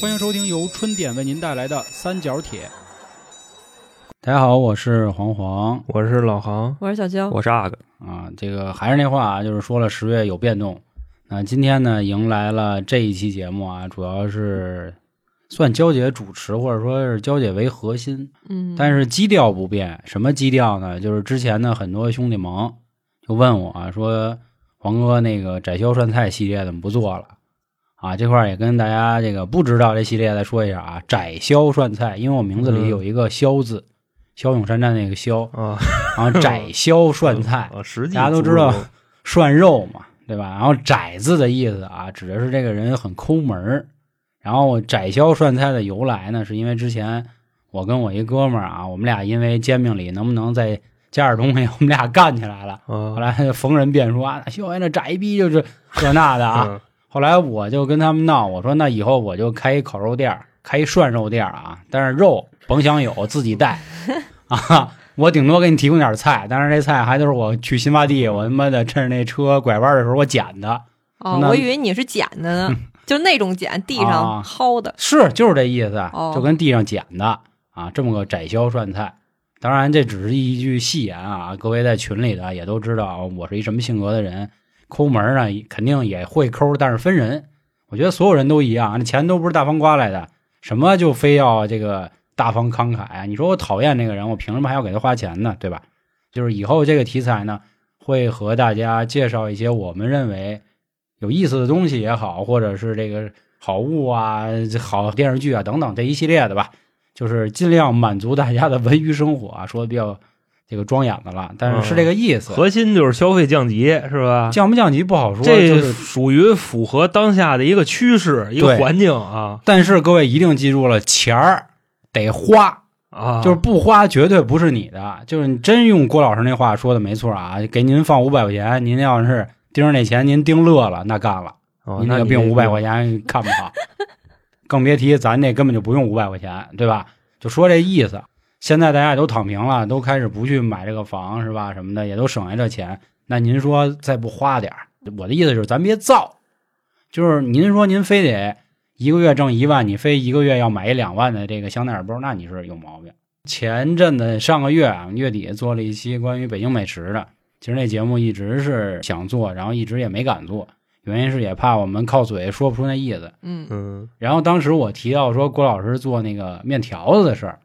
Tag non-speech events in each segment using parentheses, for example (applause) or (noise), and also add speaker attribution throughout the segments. Speaker 1: 欢迎收听由春点为您带来的《三角铁》。
Speaker 2: 大家好，我是黄黄
Speaker 3: 我是老航，
Speaker 4: 我是小娇，
Speaker 3: 我是阿哥，
Speaker 2: 啊。这个还是那话啊，就是说了十月有变动。那今天呢，迎来了这一期节目啊，主要是算娇姐主持，或者说是娇姐为核心，
Speaker 4: 嗯，
Speaker 2: 但是基调不变。什么基调呢？就是之前呢，很多兄弟盟就问我啊，说黄哥那个窄销涮菜系列怎么不做了？啊，这块儿也跟大家这个不知道这系列再说一下啊，窄销涮菜，因为我名字里
Speaker 3: 嗯
Speaker 2: 有一个“骁”字，骁勇善战那个“骁”，
Speaker 3: 啊，
Speaker 2: 然后窄销涮菜，
Speaker 3: 啊，实际
Speaker 2: 大家都知道涮肉嘛，对吧？然后窄字的意思啊，指的是这个人很抠门儿。然后窄销涮菜的由来呢，是因为之前我跟我一哥们儿啊，我们俩因为煎饼里能不能再加点东西，我们俩干起来了。
Speaker 3: 啊
Speaker 2: 后，来 (laughs) 他就逢人便说啊，秀恩那窄逼就是这那的啊。
Speaker 3: 嗯，
Speaker 2: 后来我就跟他们闹，我说那以后我就开一烤肉店儿，开一涮肉店儿啊，但是肉甭想有，自己带啊。我顶多给你提供点菜，但是这菜还都是我去新发地，我他妈的趁着那车拐弯的时候我捡的，
Speaker 4: 哦
Speaker 2: 那，嗯
Speaker 4: 我以为你是捡的呢，就那种捡，地
Speaker 2: 啊
Speaker 4: 上薅的。
Speaker 2: 是就是这意思，
Speaker 4: 哦
Speaker 2: 就跟地上捡的啊，这么个窄销涮菜。当然这只是一句戏言啊，各位在群里的也都知道我是一什么性格的人，抠门儿呢肯定也会抠，但是分人，我觉得所有人都一样，那钱都不是大风刮来的，什么就非要这个大方慷慨？啊你说我讨厌这个人，我凭什么还要给他花钱呢？对吧？就是以后这个题材呢，会和大家介绍一些我们认为有意思的东西也好，或者是这个好物啊、好电视剧啊等等这一系列的吧，就是尽量满足大家的文娱生活啊，说的比较这个庄严的了，但是是这个意思。
Speaker 3: 核心就是消费降级，是吧？
Speaker 2: 降不降级不好说，就
Speaker 3: 这
Speaker 2: 是
Speaker 3: 属于符合当下的一个趋势，一个
Speaker 2: 对
Speaker 3: 环境啊
Speaker 2: 但是各位一定记住了，钱儿得花，
Speaker 3: 啊，
Speaker 2: 就是不花绝对不是你的。就是你真用郭老师那话说的没错啊，给您放五百块钱，您要是盯着那钱您盯乐了，那干了，
Speaker 3: 哦
Speaker 2: 您
Speaker 3: 那
Speaker 2: 那个
Speaker 3: 你
Speaker 2: 病五百块钱看不好，更别提咱这根本就不用五百块钱，对吧？就说这意思。现在大家也都躺平了，都开始不去买这个房是吧？什么的也都省下这钱。那您说再不花点儿我的意思就是咱别造，就是您说您非得一个月挣一万，你非一个月要买一两万的这个香奈儿包，那你是有毛病。前阵子上个月啊，月底做了一期关于北京美食的，其实那节目一直是想做，然后一直也没敢做，原因是也怕我们靠嘴说不出那意思。
Speaker 4: 嗯，
Speaker 3: 嗯
Speaker 2: 然后当时我提到说郭老师做那个面条子的事儿，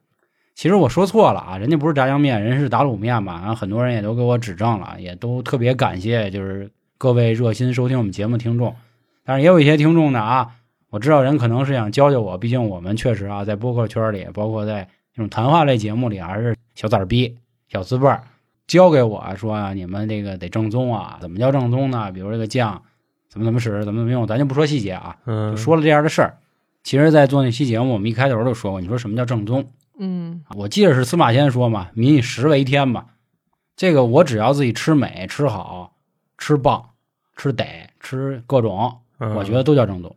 Speaker 2: 其实我说错了啊，人家不是炸酱面，人是打卤面嘛。然后很多人也都给我指正了，也都特别感谢就是各位热心收听我们节目听众。但是也有一些听众呢啊，我知道人可能是想教教我，毕竟我们确实啊在播客圈里，包括在这种谈话类节目里，还是小崽儿逼、小资辈儿。教给我啊说啊，你们这个得正宗啊，怎么叫正宗呢？比如这个酱怎么怎么使，怎么怎么用，咱就不说细节啊。
Speaker 3: 嗯，
Speaker 2: 就说了这样的事儿。其实，在做那期节目，我们一开头就说过，你说什么叫正宗？啊
Speaker 4: 嗯，
Speaker 2: 我记得是司马迁说嘛，“民以食为天”嘛。这个我只要自己吃美、吃好、吃棒、吃得、吃各种，
Speaker 3: 嗯，
Speaker 2: 我觉得都叫正宗。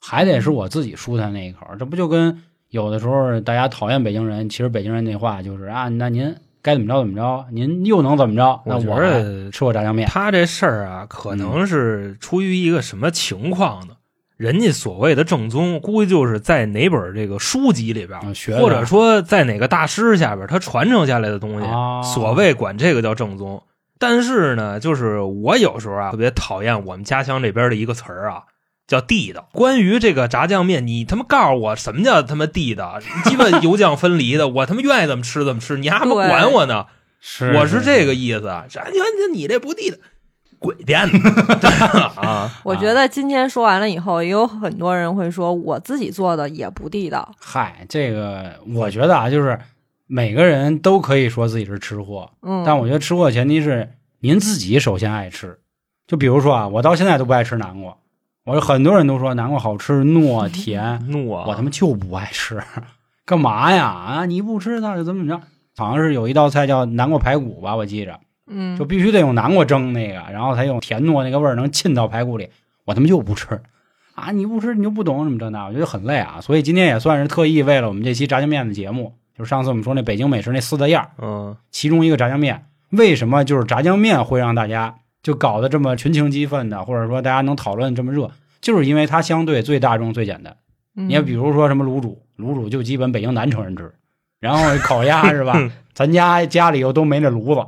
Speaker 2: 还得是我自己舒坦那一口儿，这不就跟有的时候大家讨厌北京人，其实北京人那话就是啊，那您该怎么着怎么着，您又能怎么着？那
Speaker 3: 我觉
Speaker 2: 我
Speaker 3: 得
Speaker 2: 吃过炸酱面，
Speaker 3: 他这事儿啊，可能是出于一个什么情况呢？人家所谓的正宗，估计就是在哪本这个书籍里边
Speaker 2: 嗯
Speaker 3: 儿，
Speaker 2: 学
Speaker 3: 或
Speaker 2: 着
Speaker 3: 者说在哪个大师下边儿，他传承下来的东西，
Speaker 2: 啊
Speaker 3: 所谓管这个叫正宗。但是呢，就是我有时候啊，特别讨厌我们家乡这边的一个词儿啊，叫地道。关于这个炸酱面，你他妈告诉我什么叫他妈地道？鸡巴油酱分离的，我他妈愿意怎么吃怎么吃，你还他妈
Speaker 4: 对
Speaker 3: 管我呢？
Speaker 2: 是
Speaker 3: 我是这个意思。啊，啥？你这你这不地道，鬼店
Speaker 2: (laughs)
Speaker 3: 的啊！
Speaker 4: 我觉得今天说完了以后，也有很多人会说我自己做的也不地道。
Speaker 2: 嗨，这个我觉得啊，就是每个人都可以说自己是吃货，
Speaker 4: 嗯，
Speaker 2: 但我觉得吃货前提是您自己首先爱吃。就比如说啊，我到现在都不爱吃南瓜，我很多人都说南瓜好吃，糯甜，
Speaker 3: 怒啊！
Speaker 2: (laughs) 我他妈就不爱吃，干嘛呀？啊，你不吃那就怎么着？好像是有一道菜叫南瓜排骨吧，我记着，
Speaker 4: 嗯，
Speaker 2: 就必须得用南瓜蒸那个，然后才用甜糯那个味儿能沁到排骨里。我他妈就不吃啊！你不吃你就不懂什么这那，我觉得很累啊。所以今天也算是特意为了我们这期炸酱面的节目，就是上次我们说那北京美食那四大样儿，
Speaker 3: 嗯
Speaker 2: 其中一个炸酱面，为什么就是炸酱面会让大家就搞得这么群情激愤的，或者说大家能讨论这么热，就是因为它相对最大众、最简单。
Speaker 4: 你
Speaker 2: 你要比如说什么卤煮，卤煮就基本北京南城人吃，然后烤
Speaker 4: (laughs)
Speaker 2: 鸭是吧？咱家家里又都没那炉子，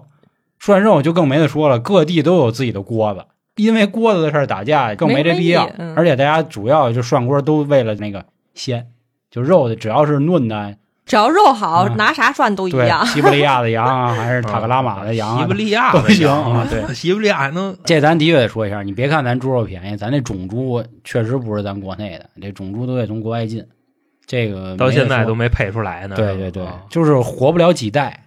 Speaker 2: 涮肉就更没得说了，各地都有自己的锅子，因为锅子的事儿打架更
Speaker 4: 没
Speaker 2: 这
Speaker 4: 什么
Speaker 2: 必要
Speaker 4: 意义，嗯
Speaker 2: 而且大家主要就涮锅都为了那个鲜，就肉的只要是嫩的，
Speaker 4: 只要肉好，
Speaker 2: 嗯
Speaker 4: 拿啥涮都一
Speaker 2: 对
Speaker 4: 样，。嗯
Speaker 2: 西伯利亚的羊啊， (laughs) 还是塔克拉玛的羊
Speaker 3: 西
Speaker 2: 啊
Speaker 3: 伯，利亚
Speaker 2: 都
Speaker 3: 的
Speaker 2: 行
Speaker 3: 羊
Speaker 2: 啊，对。
Speaker 3: (laughs) 西伯利亚还能
Speaker 2: 这咱的确得说一下，你别看咱猪肉便宜，咱这种猪确实不是咱国内的，这种猪都得从国外进，这个
Speaker 3: 到
Speaker 2: 没得
Speaker 3: 现在
Speaker 2: 说
Speaker 3: 都没配出来呢。
Speaker 2: 对对对
Speaker 3: 啊，
Speaker 2: 就是活不了几代，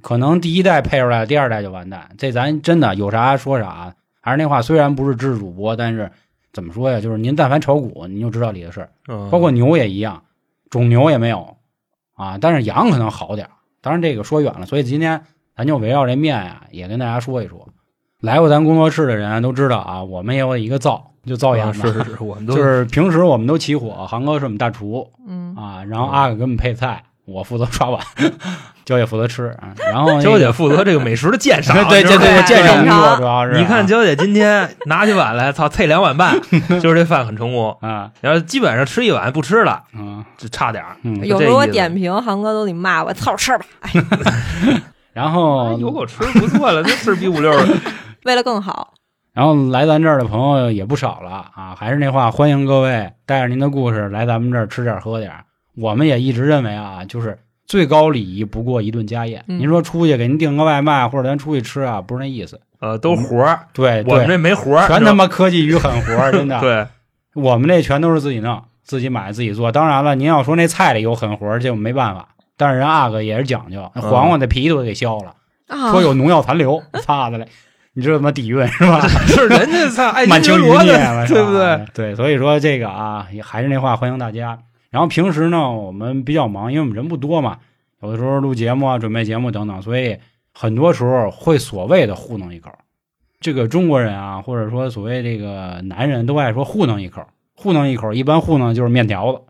Speaker 2: 可能第一代配出来，第二代就完蛋。这咱真的有啥说啥，还是那话，虽然不是知识主播，但是怎么说呀？就是您但凡炒股，您就知道里的事儿，
Speaker 3: 嗯
Speaker 2: 包括牛也一样，种牛也没有啊，但是羊可能好点儿。当然这个说远了，所以今天咱就围绕这面呀、也跟大家说一说。来过咱工作室的人都知道啊，我们也有一个灶，就灶
Speaker 3: 啊
Speaker 2: 羊嘛，
Speaker 3: 是是是，我
Speaker 2: (laughs)
Speaker 3: 们都
Speaker 2: 就是平时我们都起火，航哥是我们大厨，
Speaker 4: 嗯，
Speaker 2: 啊，然后阿哥给我们配菜，我负责刷碗， (laughs) 娇姐负责吃啊。然后
Speaker 3: 娇
Speaker 2: 姐，
Speaker 3: 姐负责这个美食的鉴赏，
Speaker 2: (laughs) 对
Speaker 3: 你知
Speaker 2: 对
Speaker 3: 道
Speaker 2: 对，
Speaker 3: 吗
Speaker 2: 鉴赏
Speaker 4: 正
Speaker 2: 工作
Speaker 4: 常
Speaker 2: 主要是啊。
Speaker 3: 你看娇姐今天拿起碗来，操，配两碗半，就是这饭很成功。
Speaker 2: 啊，
Speaker 3: 然后基本上吃一碗不吃了，
Speaker 2: 嗯
Speaker 3: 就差点儿。
Speaker 2: 嗯。
Speaker 4: 有时候我
Speaker 3: 这意思
Speaker 4: 点评韩哥都得骂我，操吃吧，
Speaker 2: 然
Speaker 4: 哎
Speaker 2: 后
Speaker 3: 有口哎吃不错了，这是比五六
Speaker 2: (laughs)
Speaker 3: 的。
Speaker 4: 为了更好。
Speaker 2: 然后来咱这儿的朋友也不少了啊。还是那话，欢迎各位带着您的故事来咱们这儿吃点儿喝点儿。我们也一直认为啊，就是最高礼仪不过一顿家宴。
Speaker 4: 嗯
Speaker 2: 您说出去给您订个外卖，或者咱出去吃啊，不是那意思。
Speaker 3: 呃，都活儿，
Speaker 2: 对
Speaker 3: 我们
Speaker 2: 嗯对，
Speaker 3: 这没活儿，
Speaker 2: 全他
Speaker 3: 妈
Speaker 2: 妈科技与狠活儿，真的。
Speaker 3: (laughs) 对，
Speaker 2: 我们这全都是自己弄、自己买、自己做。当然了，您要说那菜里有狠活儿，这我们没办法。但是人阿哥也是讲究，那黄瓜的皮都给削了，
Speaker 4: 啊
Speaker 2: 说有农药残留，擦的嘞！你这他妈底蕴是吧？
Speaker 3: 是人家
Speaker 2: (laughs)
Speaker 3: 操爱
Speaker 2: 满
Speaker 3: 新
Speaker 2: 清
Speaker 3: 觉
Speaker 2: 余
Speaker 3: 罗
Speaker 2: 孽
Speaker 3: 的
Speaker 2: 了，，是吧
Speaker 3: 对不对？？
Speaker 2: 对，所以说这个啊，也还是那话，欢迎大家。然后平时呢，我们比较忙，因为我们人不多嘛，有的时候录节目啊、准备节目等等，所以很多时候会所谓的糊弄一口。这个中国人啊，或者说所谓这个男人都爱说糊弄一口，糊弄一口，一般糊弄就是面条子，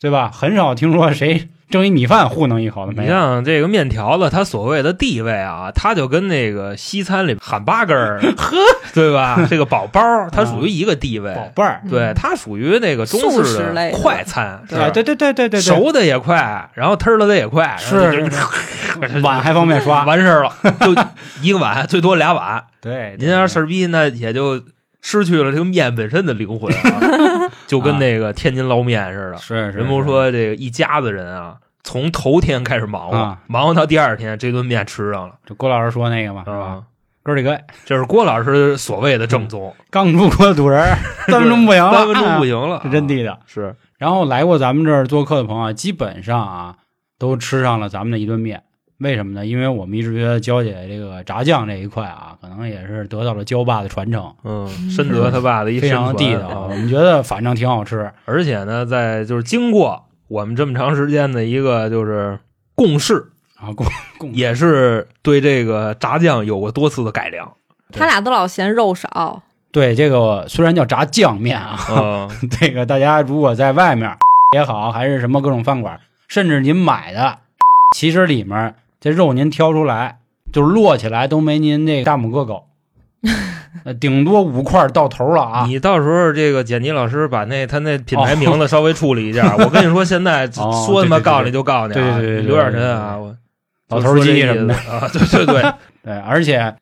Speaker 2: 对吧？很少听说谁蒸一米饭糊弄一口的没
Speaker 3: 你
Speaker 2: 有。
Speaker 3: 像这个面条子，它所谓的地位啊，它就跟那个西餐里喊八
Speaker 2: (laughs)
Speaker 3: 根儿，呵，对吧？这个宝包儿，它属于一个地位，
Speaker 2: 嗯宝贝儿，
Speaker 4: 嗯
Speaker 3: 对，它属于那个中
Speaker 4: 素食
Speaker 3: 式
Speaker 4: 类的
Speaker 3: 快餐，
Speaker 4: 对
Speaker 3: 是吧
Speaker 2: 哎对对对对对，对
Speaker 3: 熟的也快，然后忒了的也快，然后
Speaker 2: 是
Speaker 3: 就是
Speaker 2: (laughs) 碗还方便刷，
Speaker 3: 完事
Speaker 2: (laughs)
Speaker 3: 儿了，就一个碗最多俩碗，
Speaker 2: 对，
Speaker 3: 您要事儿逼，那也就失去了这个面本身的灵魂
Speaker 2: (laughs)
Speaker 3: 啊，就跟那个天津捞面似的。
Speaker 2: 是是，
Speaker 3: 人不
Speaker 2: 是
Speaker 3: 说这个一家子人啊，从头天开始忙活，
Speaker 2: 啊
Speaker 3: 忙活到第二天，这顿面吃上了，
Speaker 2: 就郭老师说那个嘛，
Speaker 3: 是
Speaker 2: 是吧？
Speaker 3: 吧？
Speaker 2: 哥儿几个
Speaker 3: 这是郭老师所谓的正宗，
Speaker 2: 刚出锅的主人儿，三分钟不行了，
Speaker 3: (laughs) 三分钟不行了，
Speaker 2: 嗯啊，是真地道。
Speaker 3: 是
Speaker 2: 然后来过咱们这儿做客的朋友啊，基本上啊都吃上了咱们的一顿面。为什么呢？因为我们一直觉得娇姐这个炸酱这一块啊，可能也是得到了娇爸的传承，
Speaker 3: 嗯，深得他爸的一
Speaker 2: 非
Speaker 3: 身
Speaker 2: 常地
Speaker 3: 传
Speaker 2: 道啊。
Speaker 3: 啊
Speaker 2: 我们觉得反正挺好吃，
Speaker 3: 而且呢，在就是经过我们这么长时间的一个就是共事，
Speaker 2: 啊，共共
Speaker 3: 也是对这个炸酱有过多次的
Speaker 2: (laughs)
Speaker 3: 改良。
Speaker 4: 他俩都老嫌肉少，
Speaker 2: 对这个虽然叫炸酱面啊，
Speaker 3: 嗯，
Speaker 2: (laughs) 这个大家如果在外面也好，还是什么各种饭馆，甚至您买的，其实里面这肉您挑出来，就是摞起来都没您这大拇哥高，呃顶多五块到头了啊。
Speaker 3: 你到时候这个剪辑老师把那他那品牌名字稍微处理一
Speaker 2: (laughs)
Speaker 3: 下。我跟你说，现在
Speaker 2: 哦
Speaker 3: 说他妈告你就告你啊，
Speaker 2: 对对对对对
Speaker 3: 刘远神啊，我
Speaker 2: 老头儿鸡什么的
Speaker 3: 就说这意思啊， (laughs) 对
Speaker 2: (laughs)
Speaker 3: 对对，
Speaker 2: 对，而且，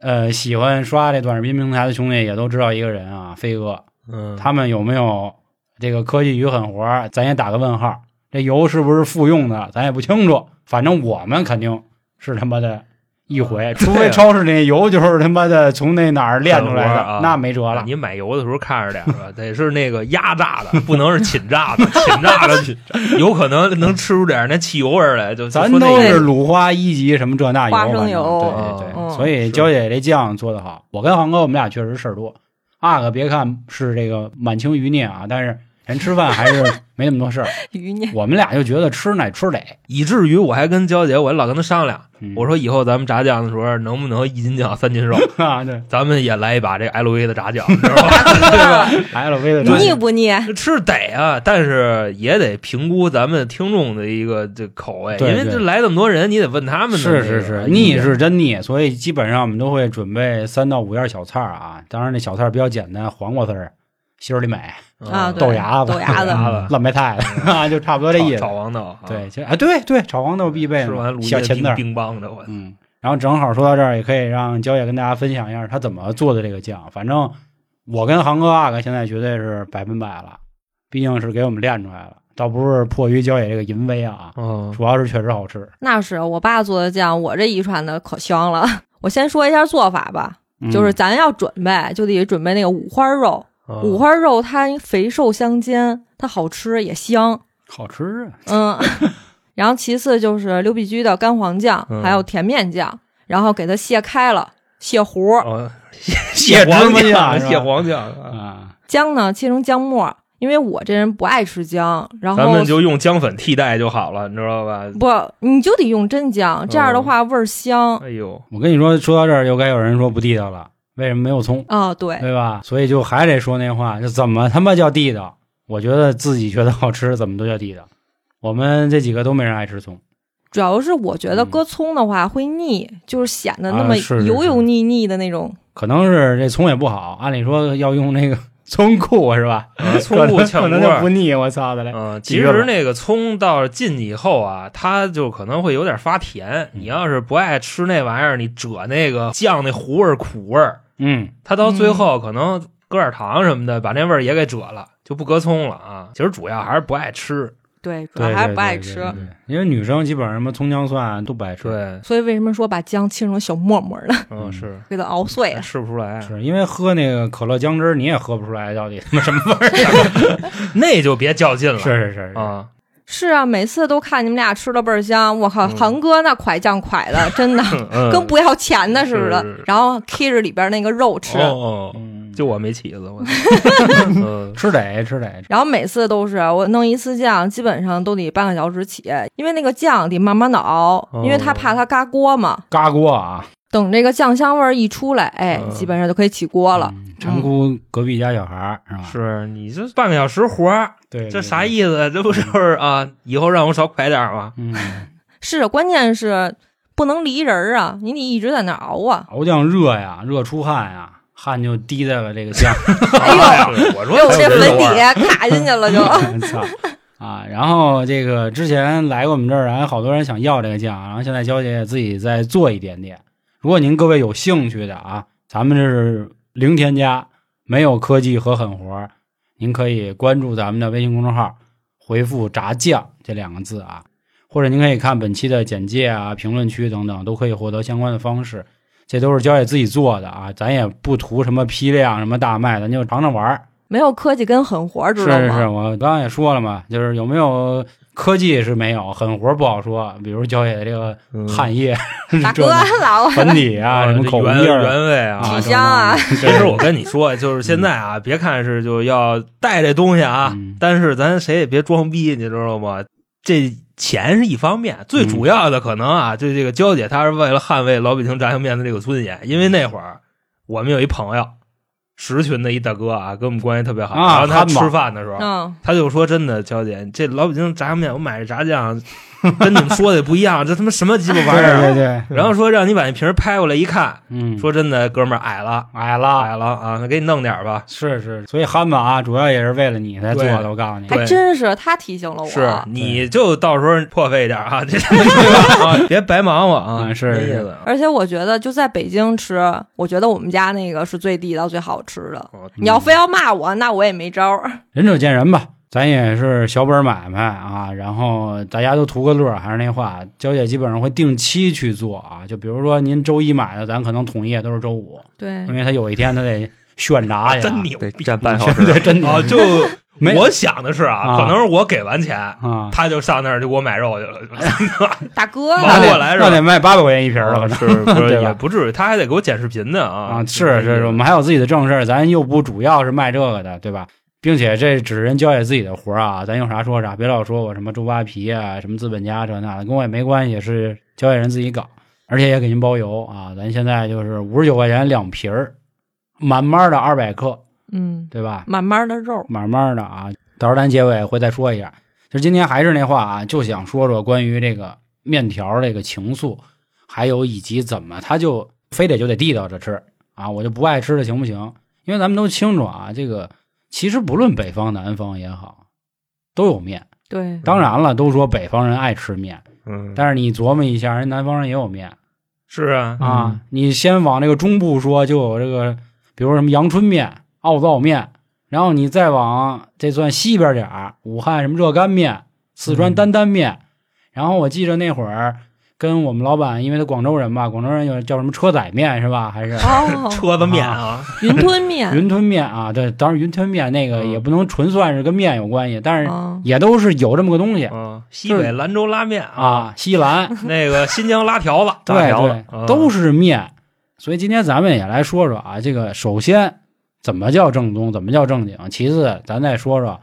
Speaker 2: 呃，喜欢刷这短视频平台的兄弟也都知道一个人啊，飞哥，
Speaker 3: 嗯，
Speaker 2: 他们有没有这个科技与狠活儿，咱也打个问号。这油是不是复用的，咱也不清楚。反正我们肯定是他妈的一回，除非超市那油就是他 (laughs) 妈的从那哪儿炼出来
Speaker 3: 狠活
Speaker 2: 的，
Speaker 3: 儿啊
Speaker 2: 那没辙了。
Speaker 3: 你买油的时候看着点儿吧，得是那个压榨的， (laughs) 不能是侵榨
Speaker 2: (laughs)
Speaker 3: 的，侵榨的有可能能吃出点儿那汽油味儿来。就就
Speaker 2: 咱
Speaker 3: 说那
Speaker 2: 都
Speaker 3: 意思
Speaker 2: 是鲁花一级什么这那油，
Speaker 4: 花生
Speaker 2: 反正
Speaker 4: 油
Speaker 2: 对对
Speaker 3: 嗯
Speaker 2: 对。
Speaker 4: 嗯
Speaker 2: 所以
Speaker 3: 是
Speaker 2: 娇姐这酱做得好，我跟航哥我们俩确实事儿多。阿哥别看是这个满清余孽啊，但是人吃饭还是没那么多事儿。
Speaker 4: 余孽。
Speaker 2: 我们俩就觉得吃乃吃得，
Speaker 3: 以至于我还跟娇姐，我还老跟她商量，
Speaker 2: 嗯
Speaker 3: 我说以后咱们炸酱的时候，能不能一斤酱三
Speaker 2: (laughs)
Speaker 3: 斤肉？
Speaker 2: 啊，对
Speaker 3: 咱们也来一把这 LV 的炸酱，你知
Speaker 2: (laughs)
Speaker 3: 道吧？对
Speaker 2: ，LV 的炸
Speaker 4: 腻不腻？
Speaker 3: (laughs) 吧？吃得啊，但是也得评估咱们听众的一个这口味，
Speaker 2: 对
Speaker 3: 因为
Speaker 2: 对
Speaker 3: 这来这么多人，你得问他们的
Speaker 2: 是
Speaker 3: 那个啊
Speaker 2: 是是，
Speaker 3: 意见
Speaker 2: 腻是真腻，所以基本上我们都会准备三到五样小菜儿啊。当然，那小菜儿比较简单，黄瓜丝儿、西尔里美、
Speaker 4: 啊对
Speaker 2: 豆芽
Speaker 4: 豆芽子
Speaker 2: 嗯 (laughs) 烂白菜啊， (laughs) 就差不多这意思
Speaker 3: 炒。黄豆啊，
Speaker 2: 对，其实啊，对对，炒黄豆必备
Speaker 3: 吃
Speaker 2: 嘛
Speaker 3: 完卤，
Speaker 2: 小
Speaker 3: 面
Speaker 2: 芹
Speaker 3: 冰
Speaker 2: 菜儿，
Speaker 3: 冰棒的，我
Speaker 2: 嗯，然后正好说到这儿，也可以让焦姐跟大家分享一下他怎么做的这个酱。反正我跟航哥、阿哥现在绝对是百分百了，毕竟是给我们练出来了，倒不是迫于焦姐这个淫威啊，
Speaker 3: 嗯
Speaker 2: 主要是确实好吃。
Speaker 4: 那是我爸做的酱，我这遗传的可香了。 (laughs) 我先说一下做法吧，
Speaker 2: 嗯
Speaker 4: 就是咱要准备，就得准备那个五花肉。
Speaker 3: 嗯
Speaker 4: 五
Speaker 2: 哦
Speaker 4: 花肉它肥瘦相间，它好吃
Speaker 2: (laughs)
Speaker 4: 也香，
Speaker 2: 好吃啊，
Speaker 4: 嗯。然后其次就是六必居的干黄酱，
Speaker 3: 嗯
Speaker 4: 还有甜面酱，然后给它卸开了，卸糊。
Speaker 3: 哦，
Speaker 2: 蟹
Speaker 3: 蟹
Speaker 2: 啊黄
Speaker 3: 黄
Speaker 2: 酱
Speaker 3: 酱，
Speaker 2: 是吧
Speaker 3: 蟹黄酱啊，
Speaker 2: 啊，
Speaker 4: 姜呢切成姜末，因为我这人不爱吃姜，然
Speaker 3: 咱
Speaker 4: 后
Speaker 3: 们就用姜粉替代就好了，你知道吧？
Speaker 4: 不你就得用真姜，这样
Speaker 2: 哦
Speaker 4: 的话味儿香
Speaker 3: 哎呦，
Speaker 2: 我跟你说，说到这儿又该有人说不地道了，为什么没有葱？
Speaker 4: 啊、对，
Speaker 2: 对吧？所以就还得说那话，就怎么他妈叫地道？我觉得自己觉得好吃，怎么都叫地道。我们这几个都没人爱吃葱，
Speaker 4: 主要是我觉得
Speaker 2: 嗯
Speaker 4: 搁葱的话会腻，就是显得那
Speaker 2: 啊
Speaker 4: 么
Speaker 2: 是是
Speaker 4: 油
Speaker 2: 是
Speaker 4: 油腻腻的那种。
Speaker 2: 可能是这葱也不好。按理说要用那个葱库是吧？
Speaker 3: 啊葱
Speaker 2: 可能
Speaker 3: 雾
Speaker 2: 可
Speaker 3: 炝
Speaker 2: 能
Speaker 3: 锅
Speaker 2: 就不
Speaker 3: 儿。
Speaker 2: 腻，我操的嘞！
Speaker 3: 嗯，
Speaker 2: 哎几
Speaker 3: 其
Speaker 2: 个吧
Speaker 3: 实那个葱到进去以后啊，它就可能会有点发甜。
Speaker 2: 嗯
Speaker 3: 你要是不爱吃那玩意儿，你褶那个酱那糊味儿、苦味儿，
Speaker 2: 嗯，
Speaker 3: 它到最后可能搁点糖什么的，把那味儿也给褶了，就不搁葱了啊。其实主要还是不爱吃。
Speaker 4: 对，主
Speaker 2: 对，
Speaker 4: 要还是
Speaker 2: 对
Speaker 4: 不爱
Speaker 2: 对
Speaker 4: 吃。
Speaker 2: 对对因为女生基本上什么葱姜蒜都不爱吃，
Speaker 3: 对，
Speaker 4: 所以为什么说把姜切成小沫沫呢？ (laughs)
Speaker 3: 嗯，是
Speaker 4: 给它熬碎
Speaker 2: 哎
Speaker 4: 了。
Speaker 3: 吃不出来，
Speaker 2: 是因为喝那个可乐姜汁儿你也喝不出来到底他妈什么味儿。
Speaker 3: 那就别较劲了。
Speaker 2: 是是是，
Speaker 3: 啊，
Speaker 4: 是啊，每次都看你们俩吃的倍儿香，我靠，
Speaker 3: 嗯
Speaker 4: 韩哥那蒯酱蒯的， (laughs) 真的
Speaker 3: 嗯
Speaker 4: 跟不要钱的似
Speaker 3: 是是
Speaker 4: 的
Speaker 3: 是。
Speaker 4: 然后 K 着里边那个肉吃，
Speaker 3: 哦哦，
Speaker 2: 嗯，
Speaker 3: 就我没起
Speaker 2: (laughs)
Speaker 3: 子，我嗯
Speaker 2: 吃得吃得，
Speaker 4: 然后每次都是我弄一次酱，基本上都得半个小时起，因为那个酱得慢慢的熬，因为他怕它嘎锅嘛。
Speaker 2: 嘎锅啊，
Speaker 4: 等这个酱香味儿一出来，哎，
Speaker 3: 嗯
Speaker 4: 基本上就可以起锅了。
Speaker 2: 嗯。馋姑隔壁家小孩儿是吧？
Speaker 3: 是你这半个小时活儿，
Speaker 2: 对，
Speaker 3: 这
Speaker 2: 对
Speaker 3: 啥？意思？这不就是啊？以后让我少快点儿吗？
Speaker 2: 嗯，
Speaker 4: 是，关键是不能离人儿啊，你得一直在那儿熬啊。
Speaker 2: 熬酱热呀，热出汗呀，汗就滴在了这个酱。
Speaker 3: 哎呦，我说
Speaker 4: 哎呦，这粉底
Speaker 3: 底
Speaker 4: 卡进去了就。
Speaker 2: (laughs) 操啊！然后这个之前来过我们这儿，然后好多人想要这个酱，然后现在娇姐也自己在做一点点。如果您各位有兴趣的啊，咱们这是零添加，没有科技和狠活儿，您可以关注咱们的微信公众号，回复“炸酱”这两个字啊，或者您可以看本期的简介啊、评论区等等，都可以获得相关的方式。这都是娇姐自己做的啊，咱也不图什么批量、什么大卖，咱就尝尝玩儿。
Speaker 4: 没有科技跟狠活，知
Speaker 2: 是
Speaker 4: 道
Speaker 2: 是
Speaker 4: 吗？
Speaker 2: 是，我刚刚也说了嘛，就是有没有科技是没有，狠活不好说，比如交给这个
Speaker 3: 嗯
Speaker 2: 汗
Speaker 4: (laughs)
Speaker 2: 液、
Speaker 4: 大
Speaker 2: 这
Speaker 4: 哥老
Speaker 2: 粉底嗯
Speaker 3: 哦
Speaker 2: 啊，什么口红
Speaker 3: 原
Speaker 2: 印儿
Speaker 3: 原味
Speaker 2: 啊，
Speaker 3: 啊。
Speaker 4: 体香啊
Speaker 3: (laughs) 其实我跟你说，就是现在啊，别看是就要带这东西啊
Speaker 2: 嗯，
Speaker 3: 但是咱谁也别装逼，你知道吗？这钱是一方面，最
Speaker 2: 嗯
Speaker 3: 主要的可能啊，就这个娇姐她是为了捍卫老北京炸酱面的这个尊严，因为那会儿我们有一朋友，石群的一大哥啊，跟我们关系特别好，
Speaker 2: 啊
Speaker 3: 然后他
Speaker 2: 汉堡
Speaker 3: 吃饭的时候，
Speaker 4: 嗯，
Speaker 3: 他就说：“真的，娇姐，这老北京炸酱面，我买这炸酱，跟你们说的也不一样，这他妈什么鸡巴
Speaker 2: 对
Speaker 3: 玩意儿
Speaker 2: 对对，
Speaker 3: 啊？”然后说让你把那瓶儿拍过来一看，
Speaker 2: 嗯，哎
Speaker 3: 说真的，哥们儿矮了，
Speaker 2: 矮了，
Speaker 3: 矮了啊，那给你弄点儿吧。
Speaker 2: 是是，所以憨吧啊，主要也是为了你才做的，
Speaker 3: 对
Speaker 2: 我告诉你，
Speaker 4: 还真是他提醒了
Speaker 2: 哦
Speaker 4: 我。
Speaker 3: 是，你就到时候破费一点儿啊，这对吧
Speaker 2: (laughs)
Speaker 3: 啊别白忙活啊，
Speaker 2: 嗯是
Speaker 3: 没
Speaker 2: 是
Speaker 3: 意思啊。
Speaker 4: 而且我觉得就在北京吃，我觉得我们家那个是最地道、最好吃的。
Speaker 3: 哦
Speaker 4: 你要非要骂我，那我也没招儿。
Speaker 2: 仁者见仁吧。咱也是小本买卖啊，然后大家都图个乐儿。还是那话，娇姐基本上会定期去做啊。就比如说您周一买的，咱可能统一也都是周五，
Speaker 4: 对
Speaker 2: 因，
Speaker 3: 嗯
Speaker 2: 为他有一天他得炫炸去啊，
Speaker 3: 真牛
Speaker 5: 对，
Speaker 3: 逼
Speaker 5: 站半小
Speaker 2: (laughs)
Speaker 5: 时，
Speaker 2: 对，真牛
Speaker 3: 哎啊！就
Speaker 2: 没
Speaker 3: 我想的是啊，
Speaker 2: 啊
Speaker 3: 可能是我给完钱，
Speaker 2: 啊，
Speaker 3: 他就上那儿就给我买肉去了，
Speaker 4: 大哥
Speaker 3: 忙
Speaker 2: 那
Speaker 3: 不
Speaker 4: 了，
Speaker 3: 过
Speaker 2: 得
Speaker 3: 来是吧
Speaker 2: 那得卖八百块钱一瓶儿了，可能
Speaker 3: 是不
Speaker 2: 哦对
Speaker 3: 是
Speaker 2: 吧
Speaker 3: 也不至于，他还得给我剪视频呢啊
Speaker 2: 啊，是是，我们还有自己的正事儿，咱又不主要是卖这个的，对吧？并且这只是人交给自己的活儿啊，咱有啥说啥，别老说我什么猪扒皮啊，什么资本家这那的，跟我也没关系，是交给人自己搞，而且也给您包邮啊。咱现在就是五十九块钱两瓶儿，慢慢的二百克，
Speaker 4: 嗯，
Speaker 2: 对吧？
Speaker 4: 慢慢的肉，
Speaker 2: 慢慢的啊，到时候咱结尾会再说一下。就是今天还是那话啊，就想说说关于这个面条这个情愫，还有以及怎么他就非得就得地道着吃啊，我就不爱吃的行不行？因为咱们都清楚啊，这个其实不论北方南方也好，都有面。
Speaker 4: 对，
Speaker 2: 当然了，都说北方人爱吃面，
Speaker 3: 嗯，
Speaker 2: 但是你琢磨一下，人南方人也有面
Speaker 3: 是啊，，
Speaker 2: 啊。你先往这个中部说，就有这个，比如什么阳春面、奥灶面，然后你再往这算西边点儿，武汉什么热干面、四川担担面。然后我记着那会儿跟我们老板，因为他广州人嘛，广州人有叫什么车仔面是吧？还是
Speaker 4: 哦
Speaker 3: 车子面啊，
Speaker 4: 云吞
Speaker 3: (laughs)
Speaker 4: 面，
Speaker 2: 云吞面啊？对，当然云吞面那个
Speaker 3: 嗯
Speaker 2: 也不能纯算是跟面有关系，但是
Speaker 4: 啊，
Speaker 2: 也都是有这么个东西
Speaker 3: 嗯，西北兰州拉面
Speaker 2: 啊。西兰。
Speaker 3: 那个新疆拉条子，嗯
Speaker 2: 对对，都
Speaker 3: 是
Speaker 2: 是面。所以今天咱们也来说说啊，这个首先怎么叫正宗，怎么叫正经。其次，咱再说说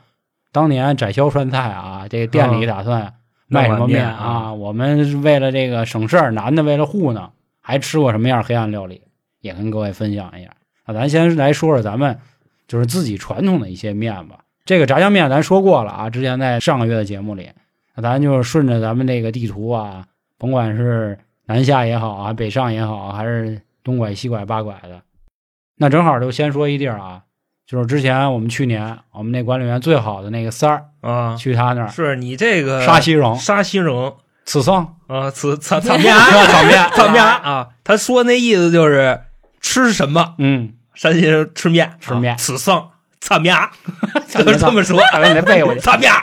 Speaker 2: 当年窄销涮菜啊，这店里
Speaker 3: 嗯
Speaker 2: 打算卖什么
Speaker 3: 面
Speaker 2: 啊？？我们是为了这个省事儿，男的为了糊弄，还吃过什么样黑暗料理，也跟各位分享一下。啊，咱先来说说咱们就是自己传统的一些面吧。这个炸酱面咱说过了啊，之前在上个月的节目里，那咱就顺着咱们这个地图啊，甭管是南下也好啊，北上也好，还是东拐西拐八拐的，那正好就先说一地儿啊，就是之前我们去年我们那管理员最好的那个三儿
Speaker 3: 啊，
Speaker 2: 去他那儿
Speaker 3: 是你这个
Speaker 2: 沙西荣、
Speaker 3: 沙西荣
Speaker 2: 刺桑、
Speaker 3: 啊，此
Speaker 2: (laughs)
Speaker 3: 草草面
Speaker 2: 草面，
Speaker 3: 草面啊，他说那意思就是吃什么，
Speaker 2: 嗯，
Speaker 3: 山西人吃面，
Speaker 2: 吃面
Speaker 3: 啊此丧草面，
Speaker 2: 面
Speaker 3: (laughs)
Speaker 2: 哎
Speaker 3: 就是这么说，
Speaker 2: 大哥，你再背过去。
Speaker 3: 草面， (laughs)